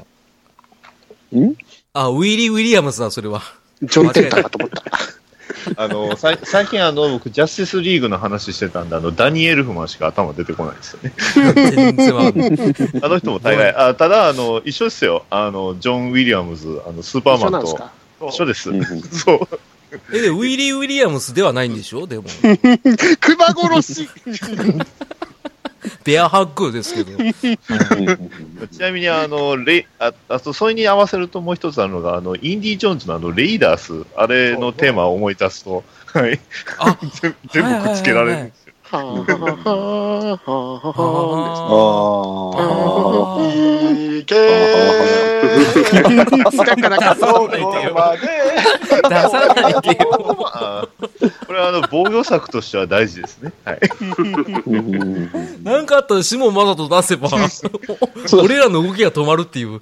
あ、ウィリー・ウィリアムスだ、それは。
ジョン・テンタかと思った。
あの、さい最近あの、僕、ジャスティスリーグの話してたんで、あの、ダニエルフマンしか頭出てこないですよね。
全然わかんない。
あの人も大概。あただ、あの、一緒ですよ。あの、ジョン・ウィリアムズ、あの、スーパー
そうな
マン
んです
と
か。
一緒です。
うんうん
そう。
え、で、ウィリー・ウィリアムスではないんでしょでも。
熊殺し。
ベアハッグですけど。
ちなみに、あの、レあ、あと、それに合わせるともう一つあるのが、あの、インディ・ジョーンズのあの、レイダース、あれのテーマを思い出すと、はい。
あ、
全全部くっつけられるんですよ。
はあはあはあはあ。
あ
あー
いけー
だからか
どこまで
出さないでよ。
あーこれは、あの、防御策としては大事ですね。はい。
なんかあったら、シモン・マサト出せば、俺らの動きが止まるっていう。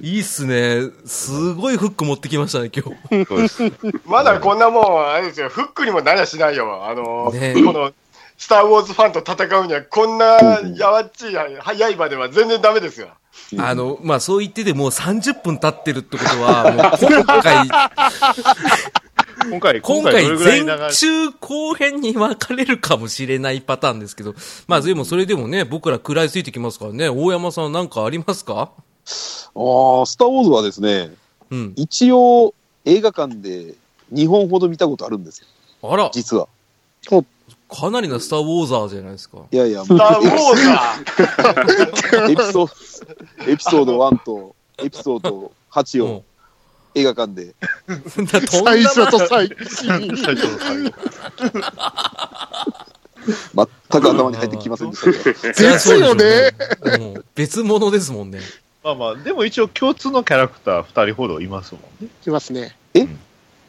いいっすね。すごいフック持ってきましたね、今日。
そうです。
まだこんなもん、あれですよ、フックにもなりゃしないよ。あの、
ねえ
この、スター・ウォーズファンと戦うには、こんなやわっちい刃では全然ダメですよ。
あの、まあ、そう言っててもう30分経ってるってことは、もう今回、
今回、
今
今回
回
どれぐらい長
前
い
中後編に分かれるかもしれないパターンですけど、まあ、でもそれでもね、僕ら食らいついてきますからね、大山さんなんかありますか
あ、スター・ウォーズはですね、
うん。
一応映画館で2本ほど見たことあるんですよ、
あら、
実は。
かなりなスターウォーザーじゃないですか。
いやいや、も
ス
う
ター・ウォーザ
エピソード、エピソード1とエピソード8
う
を
ん。
映画館
だ
で。
とんだ
最初と最新。
最初の最後
全く頭に入ってきませんでしたけど。
ですよね。
うん別物ですもんね。
まあまあ、でも一応共通のキャラクター2人ほどいますもんね。
いますね。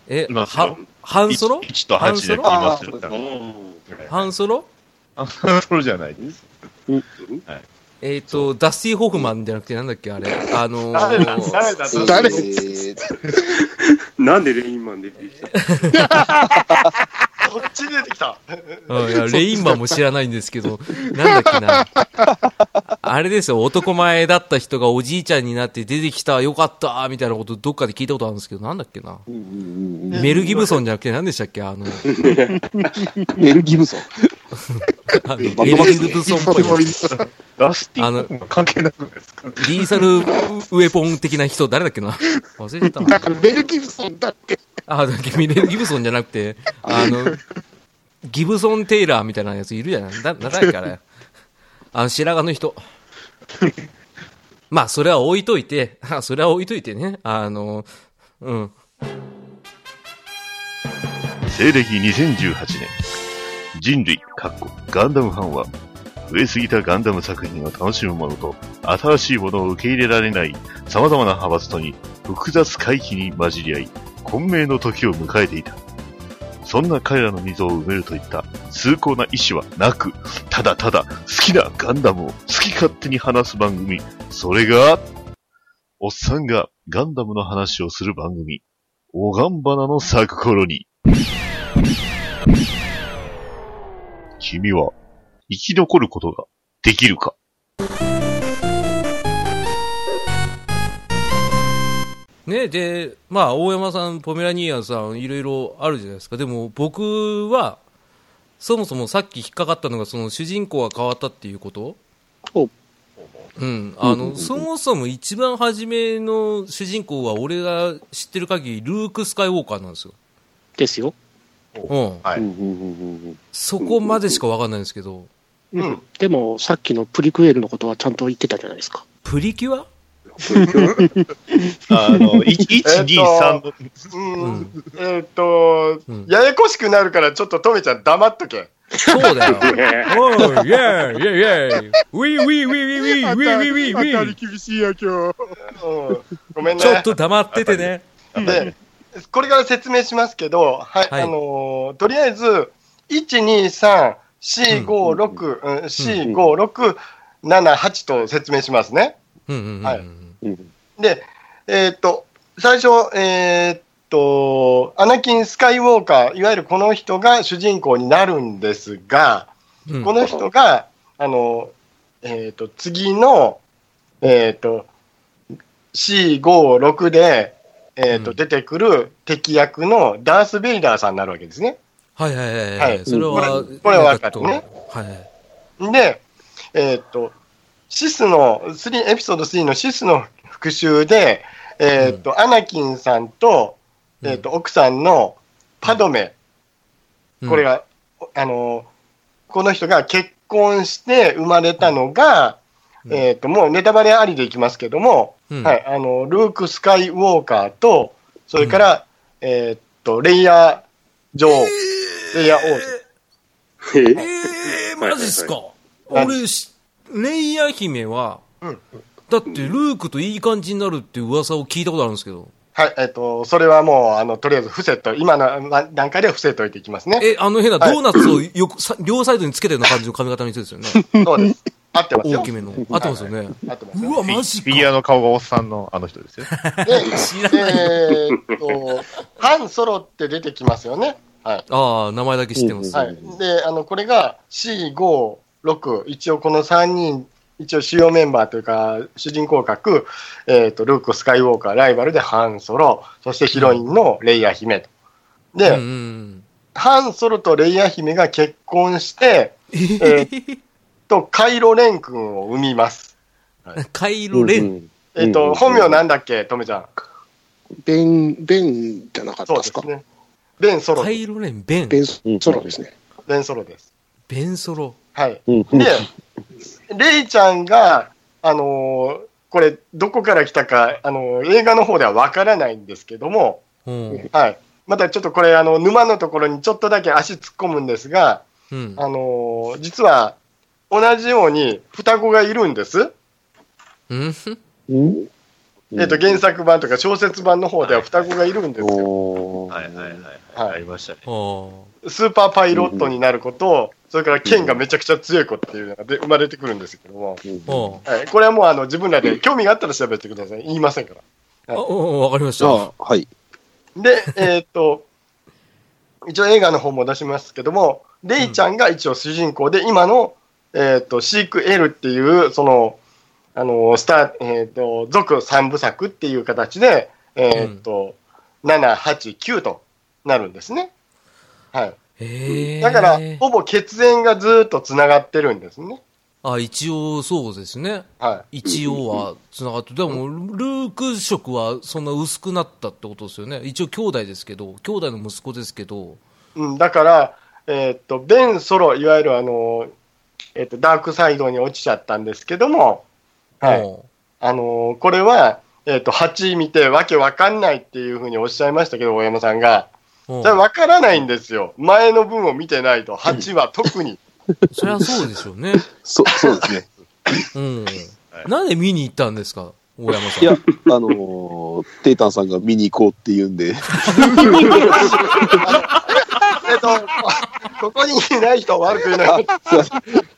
え、
います
は
よ、
半ソロ
1, と8でいますよ。
半
半ソロ
半ソロじゃないです。
えっ、と、ダスティ・ホフマンじゃなくてなんだっけあれ。あの
ー誰だ、
ー、
誰だ、
誰
えー
なんでレインマン出てきた
こっちに出てきた。
うんいやレインマンも知らないんですけ ど、なんだっけな。あれですよ、男前だった人がおじいちゃんになって出てきた、よかった、みたいなことどっかで聞いたことあるんですけど、なんだっけな。
うんうんうん
メル・ギブソンじゃなくて何でしたっけあの、
メル・ギブソン。
あのエル・ギブソンっぽい。
ラステ
あ
ィ
の
ック関係なくないですか
リーサルウェポン的な人、誰だっけな忘れてた
だからベル・ギブソンだって。
あ、だけどミレル・ギブソンじゃなくて、あの、ギブソン・テイラーみたいなやついるじゃないだ長いから。あの、白髪の人。まあ、それは置いといて、あそれは置いといてね。あの、うん。
西暦2018年、人類、かっこガンダムファンは、増えすぎたガンダム作品を楽しむものと、新しいものを受け入れられない様々な派閥とに、複雑回帰に混じり合い、混迷の時を迎えていた。そんな彼らの溝を埋めるといった崇高な意志はなく、ただただ好きなガンダムを好き勝手に話す番組、それが、おっさんがガンダムの話をする番組、おがんばなの咲く頃に、君は生き残ることができるか
ね、で、まあ、大山さん、ポメラニアンさん、いろいろあるじゃないですか。でも、僕は、そもそもさっき引っかかったのが、その主人公が変わったっていうこと
お
うん。あの、そもそも一番初めの主人公は、俺が知ってる限り、ルーク・スカイウォーカーなんですよ。
ですよ。
うん。
はい
うんうんうんうん
そこまでしかわかんないんですけど、
うん。
でも、さっきのプリクエルのことはちゃんと言ってたじゃないですか。
プリキュア
あの、1、
えっと
2、3の、
う。
うんん。
えーっと
うん、
ややこしくなるから、ちょっとトメちゃん黙っとけ。
そうだよ。おう、イェーイ、イェーイ、イェーイ。ウィーウィーウィーウィーウィーウィーウィーウィーウィーウィー。
厳しいや、今日。
うん。ごめんね。
ちょっと黙っててね。
で、これから説明しますけど、はい、
はい
あのーとりあえず、1、2、3、4、5、6、うん、4、5、6、7、8と説明しますね。
うんうんうん。
はい
うん
で、えーっと、最初、えーっと、アナキン・スカイウォーカー、いわゆるこの人が主人公になるんですが、
うん
この人が、あの、えーっと、次の、えーっと、4、5、6で、えーっと、
うん
出てくる敵役のダース・ベイダーさんになるわけですね。
はいはいはいは
はい
い。それは、
これこれは分かるね
はい。
で、えーっと、シスの、3エピソード3のシスの復讐で、えーっと、アナキンさんと、えっ、と、奥さんのパドメ、これが、あの、この人が結婚して生まれたのが、
うん
えっ、と、もうネタバレありでいきますけども、
うん
はい、あの、ルーク・スカイ・ウォーカーと、それから、えっ、と、レイヤー女王、レイヤー王子。
え
ええー、
はい
マジっすか、
はい
俺し、レイヤー姫は、
うん
だってルークといい感じになるって噂を聞いたことあるんですけど、
はい、えっ、と、それはもう、あの、とりあえず伏せと、今のま段階では伏せといていきますね。
え、あの変な
はい
ドーナツをよくさ両サイドにつけたような感じの髪型の人ですよね。
そうです。合ってますよ。
大きめの。合ってますよね。
合ってます
う
よ。
わ、マジ
フィギュア
か。
の顔がおっさんのあの人ですよ。
で、
知らない。
えーっと、ハンソロって出てきますよね。はい。
ああ、名前だけ知ってます。
はい、で、あの、これが C、5、6、一応この3人、一応主要メンバーというか、主人公格、えーっと、ルーク・スカイウォーカー、ライバルでハンソロ、そしてヒロインのレイヤー姫と。で、
うんうん
ハンソロとレイヤー姫が結婚して、
えー
と、カイロレン君を産みます。
カイロレン。
えーっと、本名なんだっけ、とめちゃん。
ベン、ベンじゃなかった
そう
で
ですす
か。
ね。ベン・ソロ
カ、イロレン、ベン。
ベンソロですね。
ベン・ソロです。
ベンソロ。
はい。で、レイちゃんが、あのーこれ、どこから来たか、あのー映画の方ではわからないんですけども、
うん。
はい。またちょっとこれ、あの、沼のところにちょっとだけ足突っ込むんですが、
うん。
あのー実は、同じように双子がいるんです。
うん
えっと、原作版とか小説版の方では双子がいるんですよ。
はいはいはい。
はい
ありましたね。
あー
スーパーパイロットになること、それから剣がめちゃくちゃ強い子っていうのがで生まれてくるんですけども、
あー。
はい、これはもうあの自分らで興味があったら調べてください。言いませんか
あ、
ら。
うんわかりまし
じゃ
た。
あ、はい。
で、えーっと、一応映画の方も出しますけども、レイちゃんが一応主人公で、今の、えーっと、シークエルっていう、その、あの、スター、えーっと、続三部作っていう形で、えーっと、7、8、9となるんですね。はい。
へえ。
だから、ほぼ血縁がずーっとつながってるんですね。
あ、一応そうですね。
は
一応は繋がって、でも、ルーク色はそんな薄くなったってことですよね。一応兄弟ですけど、兄弟の息子ですけど、
い。うん、だから、えーっと、ベン・ソロ、いわゆるあの、えーっと、ダークサイドに落ちちゃったんですけども、はい。
も
あのーこれは、えっ、と、8見てわけわかんないっていうふうにおっしゃいましたけど、大山さんが。
ううん
それわからないんですよ。前の分を見てないと、8は特に。
そりゃそうでしょうね。
そ、そうですね。
うん
は。い
なんで見に行ったんですか、大山さん。
いや、あのー、テータンさんが見に行こうって言うんで、
えっと、 ここにいない人は悪く言えない。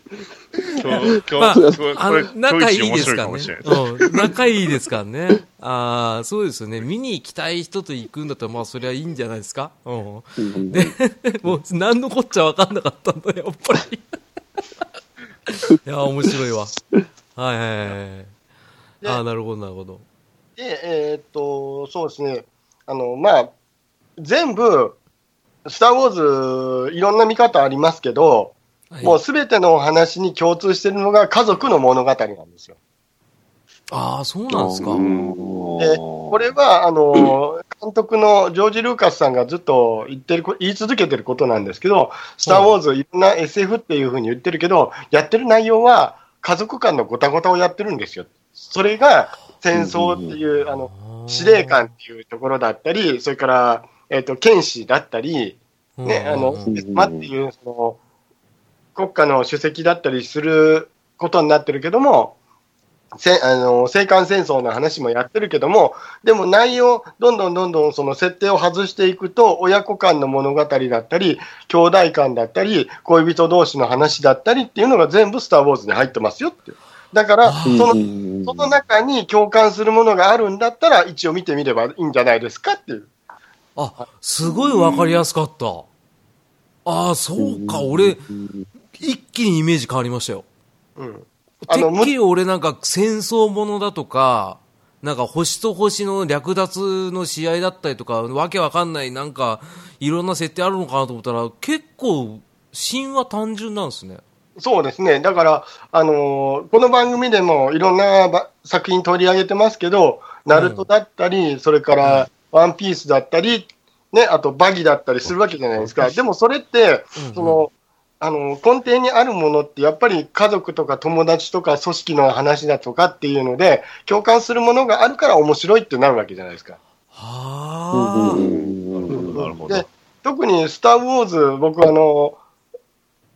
今日、
ま
今
あ
日、これ、
あ
これ
の、仲いいですか
今日一面白いからも
ね
しれない。
うん、仲いいですからね。ああ、そうですよね。見に行きたい人と行くんだったら、まあ、そりゃいいんじゃないですか。うん。で、もう、何のこっちゃ分かんなかったんだ、やっぱ り。いや、面白いわ。はいはいはいはい。ああ、なるほど、なるほど。
で、えっと、そうですね。あの、まあ、全部、スター・ウォーズ、いろんな見方ありますけど、
はい
もうすべてのお話に共通してるのが家族の物語なんですよ。
ああ、そうなんですか。
でこれはあの監督のジョージ・ルーカスさんがずっと言ってるこ言い続けてることなんですけど、スター・ウォーズ、いろんな SF っていうふうに言ってるけど、やってる内容は家族間のごたごたをやってるんですよ。それが戦争っていう、あの司令官っていうところだったり、それから、えっと剣士だったり、
うん、
ね、あの、
うん
マっていう、その、国家の主席だったりすることになってるけども、せあの、青函戦争の話もやってるけども、でも内容、どんどんどんどんその設定を外していくと、親子間の物語だったり、兄弟間だったり、恋人同士の話だったりっていうのが全部スター・ウォーズに入ってますよって。だから、
あ
その、その中に共感するものがあるんだったら、一応見てみればいいんじゃないですかっていう。
あ、すごいわかりやすかった。ああ、そうか、俺、一気にイメージ変わりましたよ。
うん。あ
て
の
っきり俺なんか戦争ものだとか、なんか星と星の略奪の試合だったりとか、わけわかんない、なんか、いろんな設定あるのかなと思ったら、結構、神話単純なんですね。
そうですね。だから、あのーこの番組でもいろんなば作品取り上げてますけど、ナルトだったり、それから、ワンピースだったり、ね、あとバギだったりするわけじゃないですか。でもそれって、その、あの、根底にあるものって、やっぱり家族とか友達とか組織の話だとかっていうので、共感するものがあるから面白いってなるわけじゃないですか。
はあ。
なるほど、なるほど。
で特にスター・ウォーズ、僕あの、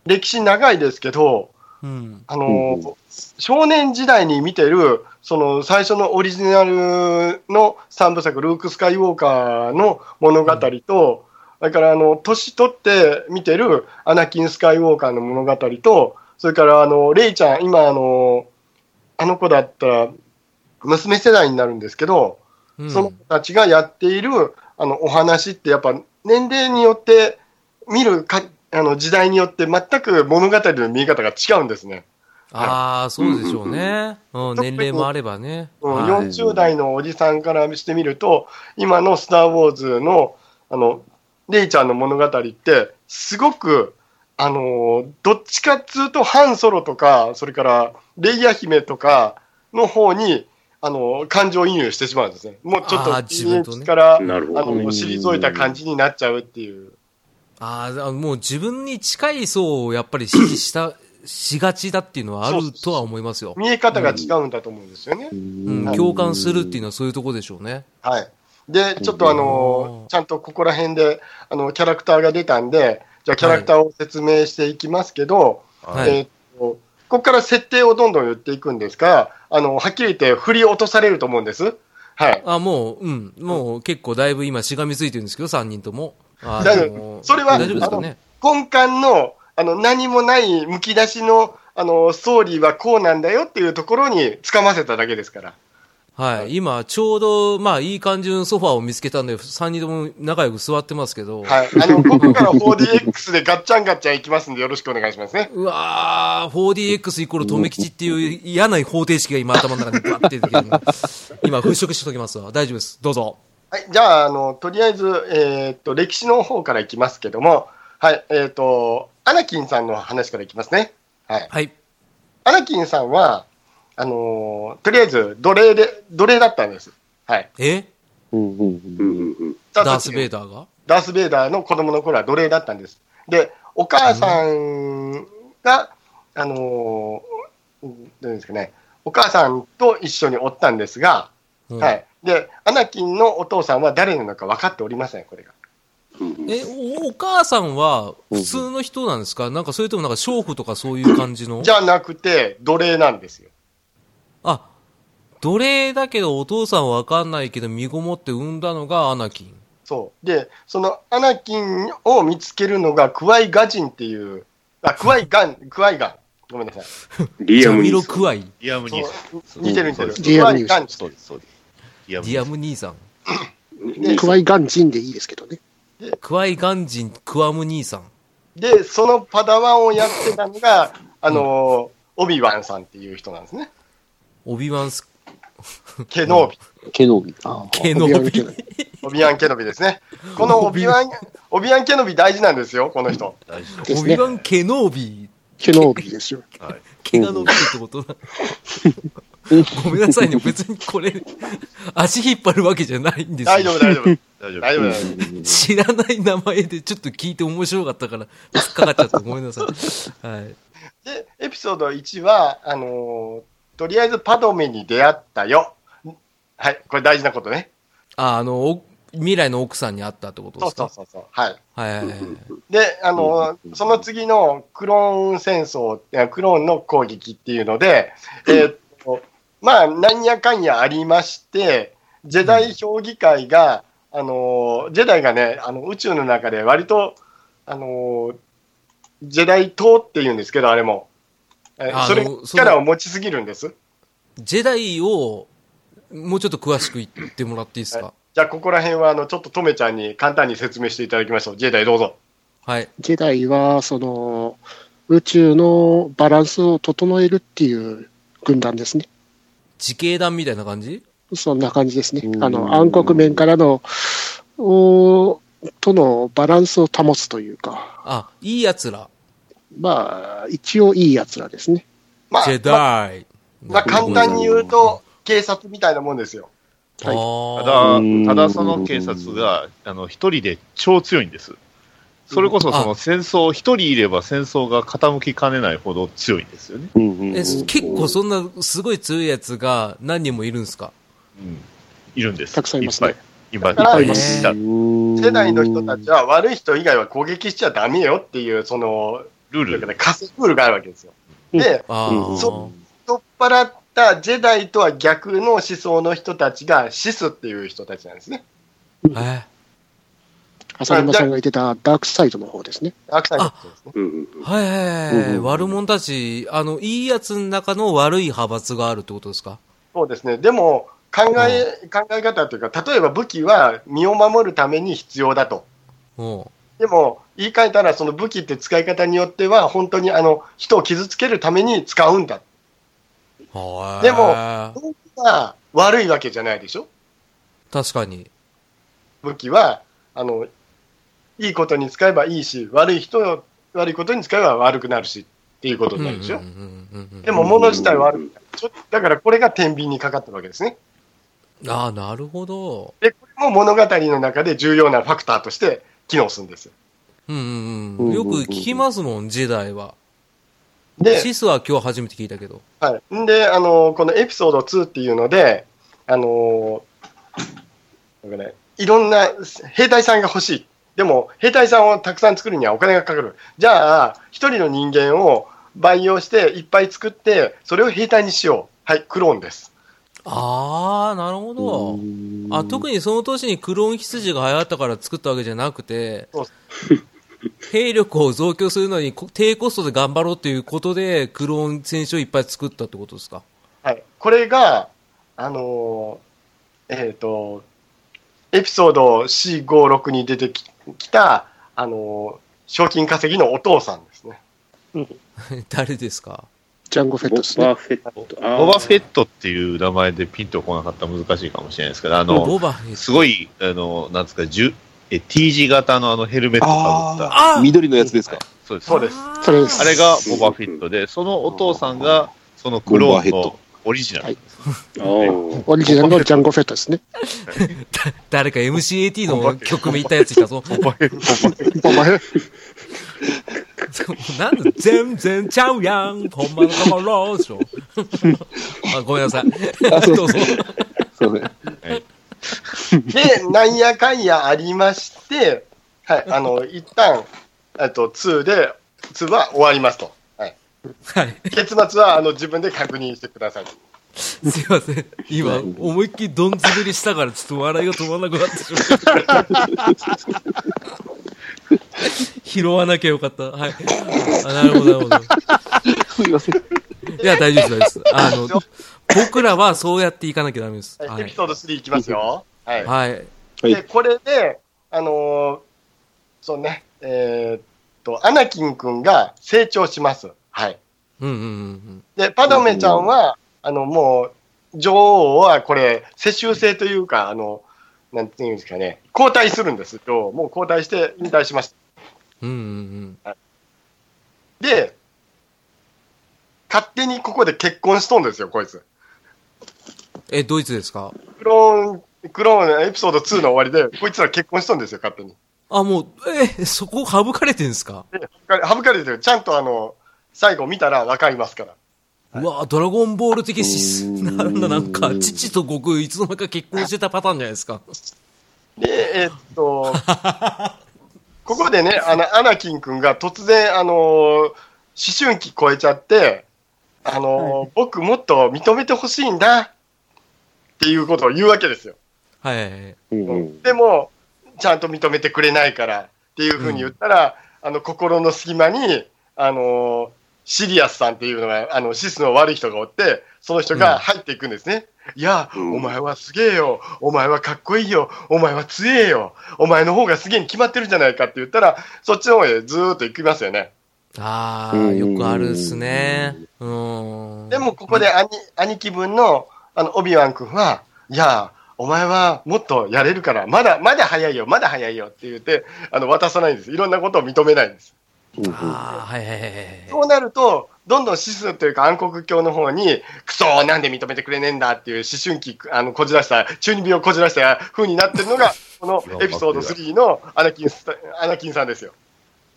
歴史長いですけど、
うん。
あの、少年時代に見てる、その最初のオリジナルの三部作、ルーク・スカイウォーカーの物語と、だからあの、年取って見てるアナキン・スカイウォーカーの物語と、それからあの、レイちゃん、今あの、あの子だったら、娘世代になるんですけど、
うん
その子たちがやっているあのお話ってやっぱ年齢によって見るかあの時代によって全く物語の見え方が違うんですね。
ああ、そうでしょうね。うん、
特
年
に
齢もあればね。
うん
はい
40代のおじさんからしてみると今の「スター・ウォーズの」あのレイちゃんの物語ってすごくあのどっちかっつうとハン・ソロとかそれからレイヤ姫とかの方にあの感情移入してしまうんですね。もうちょっ
あ
と
ー自分とね
現実から
なるほ
あ
ど。
の、退いた感じになっちゃうっていう。
あーあ、もう自分に近い層をやっぱり指示した、しがちだっていうのはあるとは思いますよ。
見え方が違うんだと思うんですよね。
うん、共感するっていうのはそういうとこでしょうね。
はい。で、ちょっとあの
うん、
ちゃんとここら辺で、あの、キャラクターが出たんで、じゃあキャラクターを説明していきますけど、
はい。
えーっと、ここから設定をどんどん言っていくんですが、あの、はっきり言って振り落とされると思うんです。はい。
あ、もう、うん、もう結構だいぶ今しがみついてるんですけど、3人とも。あ
大丈夫
の
それは
大丈夫ですかね。
根幹の、あの、何もないむき出しの、あの、ストーリーはこうなんだよっていうところにつかませただけですから。
はい。今、ちょうど、まあ、いい感じのソファーを見つけたんで、3人とも仲良く座ってますけど。
はい。あの、ここから 4DX でガッチャンガッチャンいきますんで、よろしくお願いしますね。
うわー、4DX イコール留吉っていう嫌な方程式が今頭の中にバッて出てきてる の今払拭しときますわ。大丈夫です。どうぞ。
はい。じゃあ、あの、とりあえず、えーっと、歴史の方からいきますけども、はい。えーっと、アナキンさんの話からいきますね。はい。
はい。
アナキンさんは、あのーとりあえず、奴隷で、奴隷だったんです。はい。
え
うんうんうん。
ダース・ベイ
ダー。
ダーが
ダース・ベイダーの子供の頃は奴隷だったんです。で、お母さんが、あのーうんどうですかね、お母さんと一緒におったんですが、
うん
はい。で、アナキンのお父さんは誰なのか分かっておりません、これが。
え、おお母さんは普通の人なんですかなんかそれともなんか娼婦とかそういう感じの
じゃなくて、奴隷なんですよ。
あ、奴隷だけどお父さんわかんないけど身ごもって産んだのがアナキン。
そう。で、そのアナキンを見つけるのが、クワイガジンっていう、あ、クワイガン、クワイガン。ごめんなさい。
リ
デ
ア
ィア
ム
ミ
ニー
ロ
さ
クワイ。デ
リアム・ニーサン。
似てる似てる。
そう
クワイガン。
そうです、そうです。リアム・ニ
ィア
ーサン。
ム兄さん。
ん。
クワイガンジンでいいですけどね。
クワイガンジン、クワム兄さん。
で、そのパダワンをやってたのが、あのオビワンさんっていう人なんですね。
オビワンス、
ケノービ。
ケノビ。あー
ケノ
オビワン
ビ
ケ。ノビ
オビワン・ケノビですね。このオ ビワン、オビワン・ケノビ大事なんですよ、この人。
大事
で
オ
す
ビ
ね
ワ。ン・ケノービー。
ケノービですよ。
はい。
毛が伸びるってことな。ごめんなさいね、別にこれ、足引っ張るわけじゃないんです
大丈
よ。
夫、大丈夫。
大丈夫。
大丈夫、大丈
知らない名前でちょっと聞いて面白かったから、突っかかっちゃった。ごめんなさい。はい。
夫。で、エピソード1は、あのとりあえずパドメに出会ったよ。はい、これ大事なことね。
あ、あの、お未来の奥さんに会ったってことで
そう
すか
そうそうそう。はい。
はいはいはい。
で、あの、その次のクローン戦争、いやクローンの攻撃っていうので、えーっと、まあ、なんやかんやありまして、ジェダイ評議会が、あの、ジェダイがね、あの、宇宙の中で割と、あの、ジェダイ党っていうんですけど、あれも。え
あの
それ
その、
力を持ちすぎるんです。
ジェダイを、もうちょっと詳しく言ってもらっていいですか
じゃあ、ここら辺は、あの、ちょっとトメちゃんに簡単に説明していただきましょう。ジェダイどうぞ。
はい。
ジェダイは、その、宇宙のバランスを整えるっていう軍団ですね。
自警団みたいな感じ
そんな感じですね。あの、暗黒面からの、おとのバランスを保つというか、
あ、いい奴ら。
まあ、一応いい奴らですね。
まあ
ジ、ェダイ。
まあ、簡単に言うと、警察みたいなもんですよ。
はい
た
あ
だ
うん、
ただその警察が、あの、一人で超強いんです。それこそその戦争、一人いれば戦争が傾きかねないほど強いんですよね。
うんうんうん
ーえす結構そんなすごい強いやつが何人もいるんですか
うんいるんです。
たくさんいますね
っぱい。今、いっ
だから
ぱいいま
え
す。
ー
世代の人たちは悪い人以外は攻撃しちゃダメよっていう、その、
ルー
だか
ル。
ら仮想ルールがあるわけですよ。
うん
で、
あ
う
ー
ん
そ取っ払ったジェダイとは逆の思想の人たちがシスっていう人たちなんですね。
えー
浅沼さんが言ってたダークサイドの方ですね。
アクサイドっていうんですね。
うんうんうん
はいはいはい、
うんうん
悪者たち、あの、いいやつの中の悪い派閥があるってことですか
そうですね。でも、考え、考え方というか、例えば武器は身を守るために必要だと。
うん。
でも、言い換えたら、その武器って使い方によっては、本当にあの、人を傷つけるために使うんだ。
は
でも道具は悪いわけじゃないでしょ
確かに。
武器は、あの、いいことに使えばいいし、悪い人、悪いことに使えば悪くなるし、っていうことになるでしょ、
うんうんうんうんうん
でも物自体は悪くない。ちょだからこれが天秤にかかってるわけですね。
ああ、なるほど。
で、これも物語の中で重要なファクターとして機能するんですよ。
うんうんうん。よく聞きますもん、時代は。
で、
シスは今日初めて聞いたけど。
はい。んで、あの、このエピソード2っていうので、あの、なんかね、いろんな兵隊さんが欲しい。でも、兵隊さんをたくさん作るにはお金がかかる。じゃあ、一人の人間を培養して、いっぱい作って、それを兵隊にしよう。はい、クローンです。
ああ、なるほど。あ特にその年にクローン羊が流行ったから作ったわけじゃなくて
そう、
兵力を増強するのにこ低コストで頑張ろうということで、クローン選手をいっぱい作ったってことですか
はい。これが、あの、えっ、と、エピソード4、5、6に出てききた、あの、賞金稼ぎのお父さんですね。
誰ですか
ジャンゴフェッ
ボ
トですね。
バフェット。あー
ボバフェットっていう名前でピンとこなかったら難しいかもしれないですけど、あの、
ボバフェット
すごい、あの、なんですか、じゅえ T 字型のあのヘルメットかぶった。
あ
緑のやつですか。
そうです。
そうです。
それです
あれがボバフェットで、そのお父さんが、そのクローンのオリジナル。
あー
オリジナルのジャンゴフェットですね。
誰か MCAT の曲見たやつ来たぞ。
お前、
なんで全然ちゃうやん。ほんまのとこ ろでしょ。あごめんなさい。どうぞ。
すいません。
で、なんやかんやありまして、はい、あの、一旦、えっと、2で、2は終わりますと。はい。
はい。
結末は、あの、自分で確認してください。
すいません。今、思いっきりどんずべりしたから、ちょっと笑いが止まらなくなってしまった。拾わなきゃよかった。はい。あなるほど、なるほ
すいません。
ど。いや、大丈夫です、大丈夫です。あの、僕らはそうやっていかなきゃダメです。
はい
は
エピ
い。
ソード3いきますよ。はい。
はい。
い
で、これで、あのーそうね、えーっと、アナキン君が成長します。はい。
うんうんうん
で、パドメちゃんは、あの、もう、女王はこれ、世襲制というか、あの、なんていうんですかね、交代するんですよ。もう交代して引退しました。
うん。うんうん
で、勝手にここで結婚しとんですよ、こいつ。
うん。え、ドイツですか
クローン、クローンエピソード2の終わりで、こいつら結婚しとんですよ、勝手に。
あ、もう、え、そこ省かれてんすか、
で省か省かれてる。ちゃんとあの、最後見たらわかりますから。
うわドラゴンボール的シス。
うーん
なんだ、なんか、父と悟空いつの間にか結婚してたパターンじゃないですか。
で、えーっと、ここでね、あの、アナキン君が突然、あの思春期超えちゃって、あの僕もっと認めてほしいんだっていうことを言うわけですよ。
はいはいはい。
うんうん
でも、ちゃんと認めてくれないからっていうふうに言ったら、あの心の隙間に、あのシリアスさんっていうのが、あのシスの悪い人がおって、その人
うん
が入っていくんですね。いや、
うん
お前はすげえよ、お前はかっこいいよ、お前は強えよ、お前の方がすげえに決まってるじゃないかって言ったら、そっちの方へずーっと行きますよね。
ああ、よくあるっすね。うーん。
でも、ここで兄兄貴分のあのオビワン君は、いや、お前はもっとやれるから、まだまだ早いよ、まだ早いよって言って、あの渡さないんです、いろんなことを認めないんです。
うんうん
ああ、はいはいはいはい。
そうなると、どんどんシスというか暗黒教の方に、クソーなんで認めてくれねえんだっていう思春期、あの、こじらした、中二病をこじらした風になってるのが、このエピソード3のアナキンスタ、アナキンさんですよ。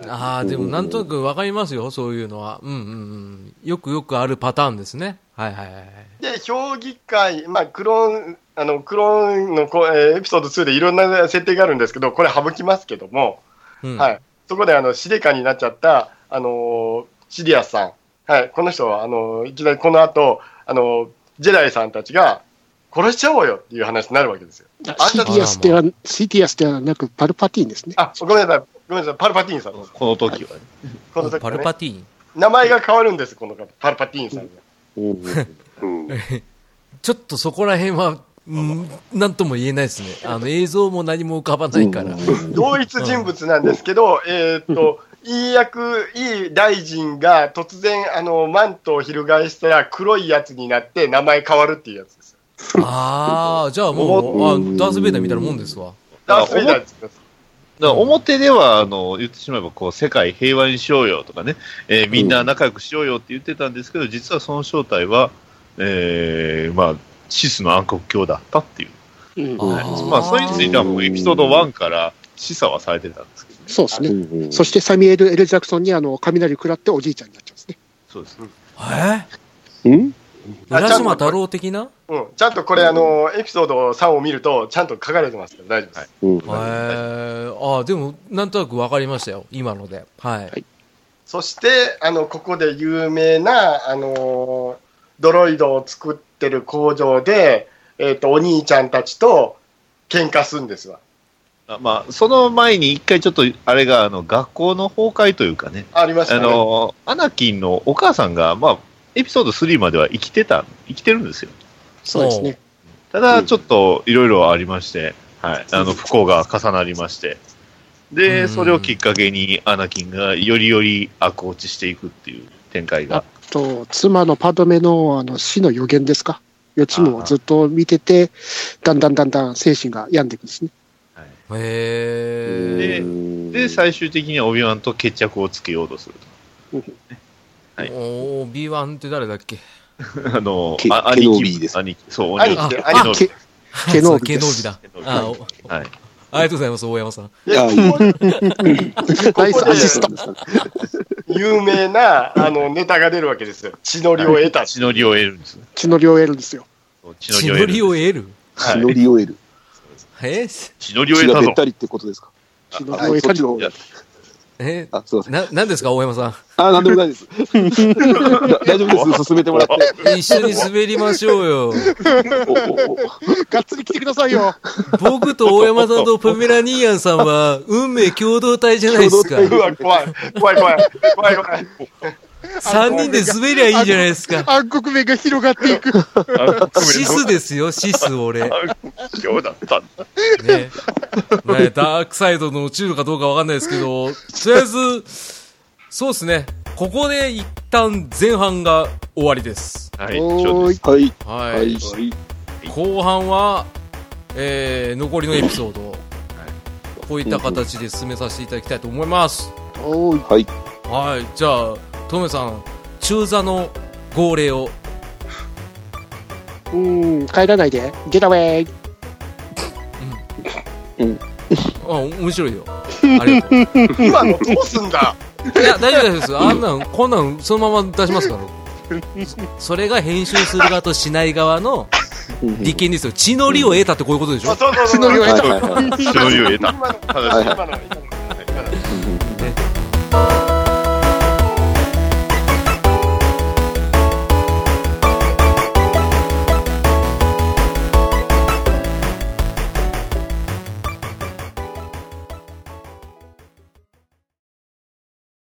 ああ、でもなんとなくわかりますよ、そういうのは。うんうんうん。よくよくあるパターンですね。はいはいはい。
で、評議会、まあ、クローン、あの、クローンのこ、えーエピソード2でいろんな設定があるんですけど、これ省きますけども、
うん
はい。そこで、あの、司令官になっちゃった、あのーシリアスさん。はい。この人は、あのーいきなりこの後、あのージェダイさんたちが、殺しちゃおうよっていう話になるわけですよ。
シティアスでは、シティアスではなく、パルパティーンですね。
あ、ごめんなさい。ごめんなさい。パルパティーンさんです。
この時はね。
この時、ね、
パルパティーン。
名前が変わるんです、この方パルパティーンさんが。
うん。
ちょっとそこら辺は、うん、なんとも言えないですね。あの、映像も何も浮かばないから。
同一人物なんですけど、えーっと、いい役、いい大臣が突然、あの、マントを翻したら黒いやつになって名前変わるっていうやつですよ。
ああ、じゃあもう、あダース・ベイダーみたいなもんですわ。
ダース・ベイダーですよ
だから表では、あの、言ってしまえば、こう、世界平和にしようよとかね、えーみんな仲良くしようよって言ってたんですけど、実はその正体は、えーまあ、シスの暗黒教だったっていう。
うん
あー
まあ、それについてはもうエピソード1から示唆はされてたんですけどね。
そうですね。そしてサミュエル・エル・ジャクソンにあの雷食らっておじいちゃんになっちゃうんですね。
そうですね。
え
うん
浦島太郎的な
うん。ちゃんとこれ、あの、エピソード3を見ると、ちゃんと書かれてますから大丈夫です。
うん
えー、ああ、でも、なんとなくわかりましたよ。今ので。はい。
そして、あの、ここで有名な、あの、ドロイドを作ってる工場で、えーっと、お兄ちゃんたちと喧嘩するんですわ。
あまあ、その前に一回ちょっと、あれが、あの、学校の崩壊というかね、
ありまし
あ
たね。
の、アナキンのお母さんが、まあ、エピソード3までは生きてた、生きてるんですよ。
そうですね。
ただ、ちょっといろいろありまして、はい、あの不幸が重なりまして、
う
で、
ん
それをきっかけに、アナキンがよりより悪落ちしていくっていう展開が、
と、妻のパドメのあの死の予言ですか。予知夢をずっと見てて、だんだんだんだん精神が病んでいくんですね。
はい
へえ。
でで、最終的にはオビワンと決着をつけようとするはい
おお B1 って誰だっけ
と。あの
ケ、
あ
ケノ
兄
ービー
貴
です
兄貴、そう、
兄
兄
貴
貴、
あ
兄貴
け、ケノービ
ケ
で
ノービ
す。
だ
ケノー。ビ
あお
はい。
ありがとうございます、大山さん。
で
あ
ここ
ナイスアシスト。
有名なあのネタが出るわけですよ。血のりを得た。
血のりを得るんですね。
血の量を得るんですよ。
血
血のりを
る。
得る。
血のりを得る。
えー
血のりを
血が
得た
べ
ぞ
っ。たりってことですか。
血の
は
量を
い、
得
そっ
たり
ちの。
え
あ、すいません。
な、なんですか、大山さん。
あ、なんでもないです。 だ大丈夫です。進めてもらって。
一緒に滑りましょうよ。
おおお
がっつり来てくださいよ。
僕と大山さんとポメラニーアンさんは、運命共同体じゃないですか。
うわ、怖い。怖い怖い。怖い怖い。
三人で滑りゃいいじゃないですか。
暗黒面が広がっていく。
シスですよ、シス、俺。ね。
今日だったんだ。
ねダークサイドの落ちるかどうかわかんないですけど、とりあえず、そうですね。ここで一旦前半が終わりです。
はい、以上
おー
です
い。
はい。
は。
はいい。
後半は、えー、残りのエピソードを、こういった形で進めさせていただきたいと思います。
おーい。
はい。
はい、じゃあ、トメさん、中座の号令を。
うーん、帰らないで。ゲタウェイ。
あ、面白いよ。ありがとう。い
今のどうすんだ
や、大丈夫大丈夫です。あんなん、こんなん、そのまま出しますから。そそれが編集する側としない側の利権ですよ。血のりを得たってこういうことでしょ
あ、そうそう
血
そ
の
う。
量を
はい
得た。
はいはい。
血のりを得た。
今の、
話
今の、今の。今の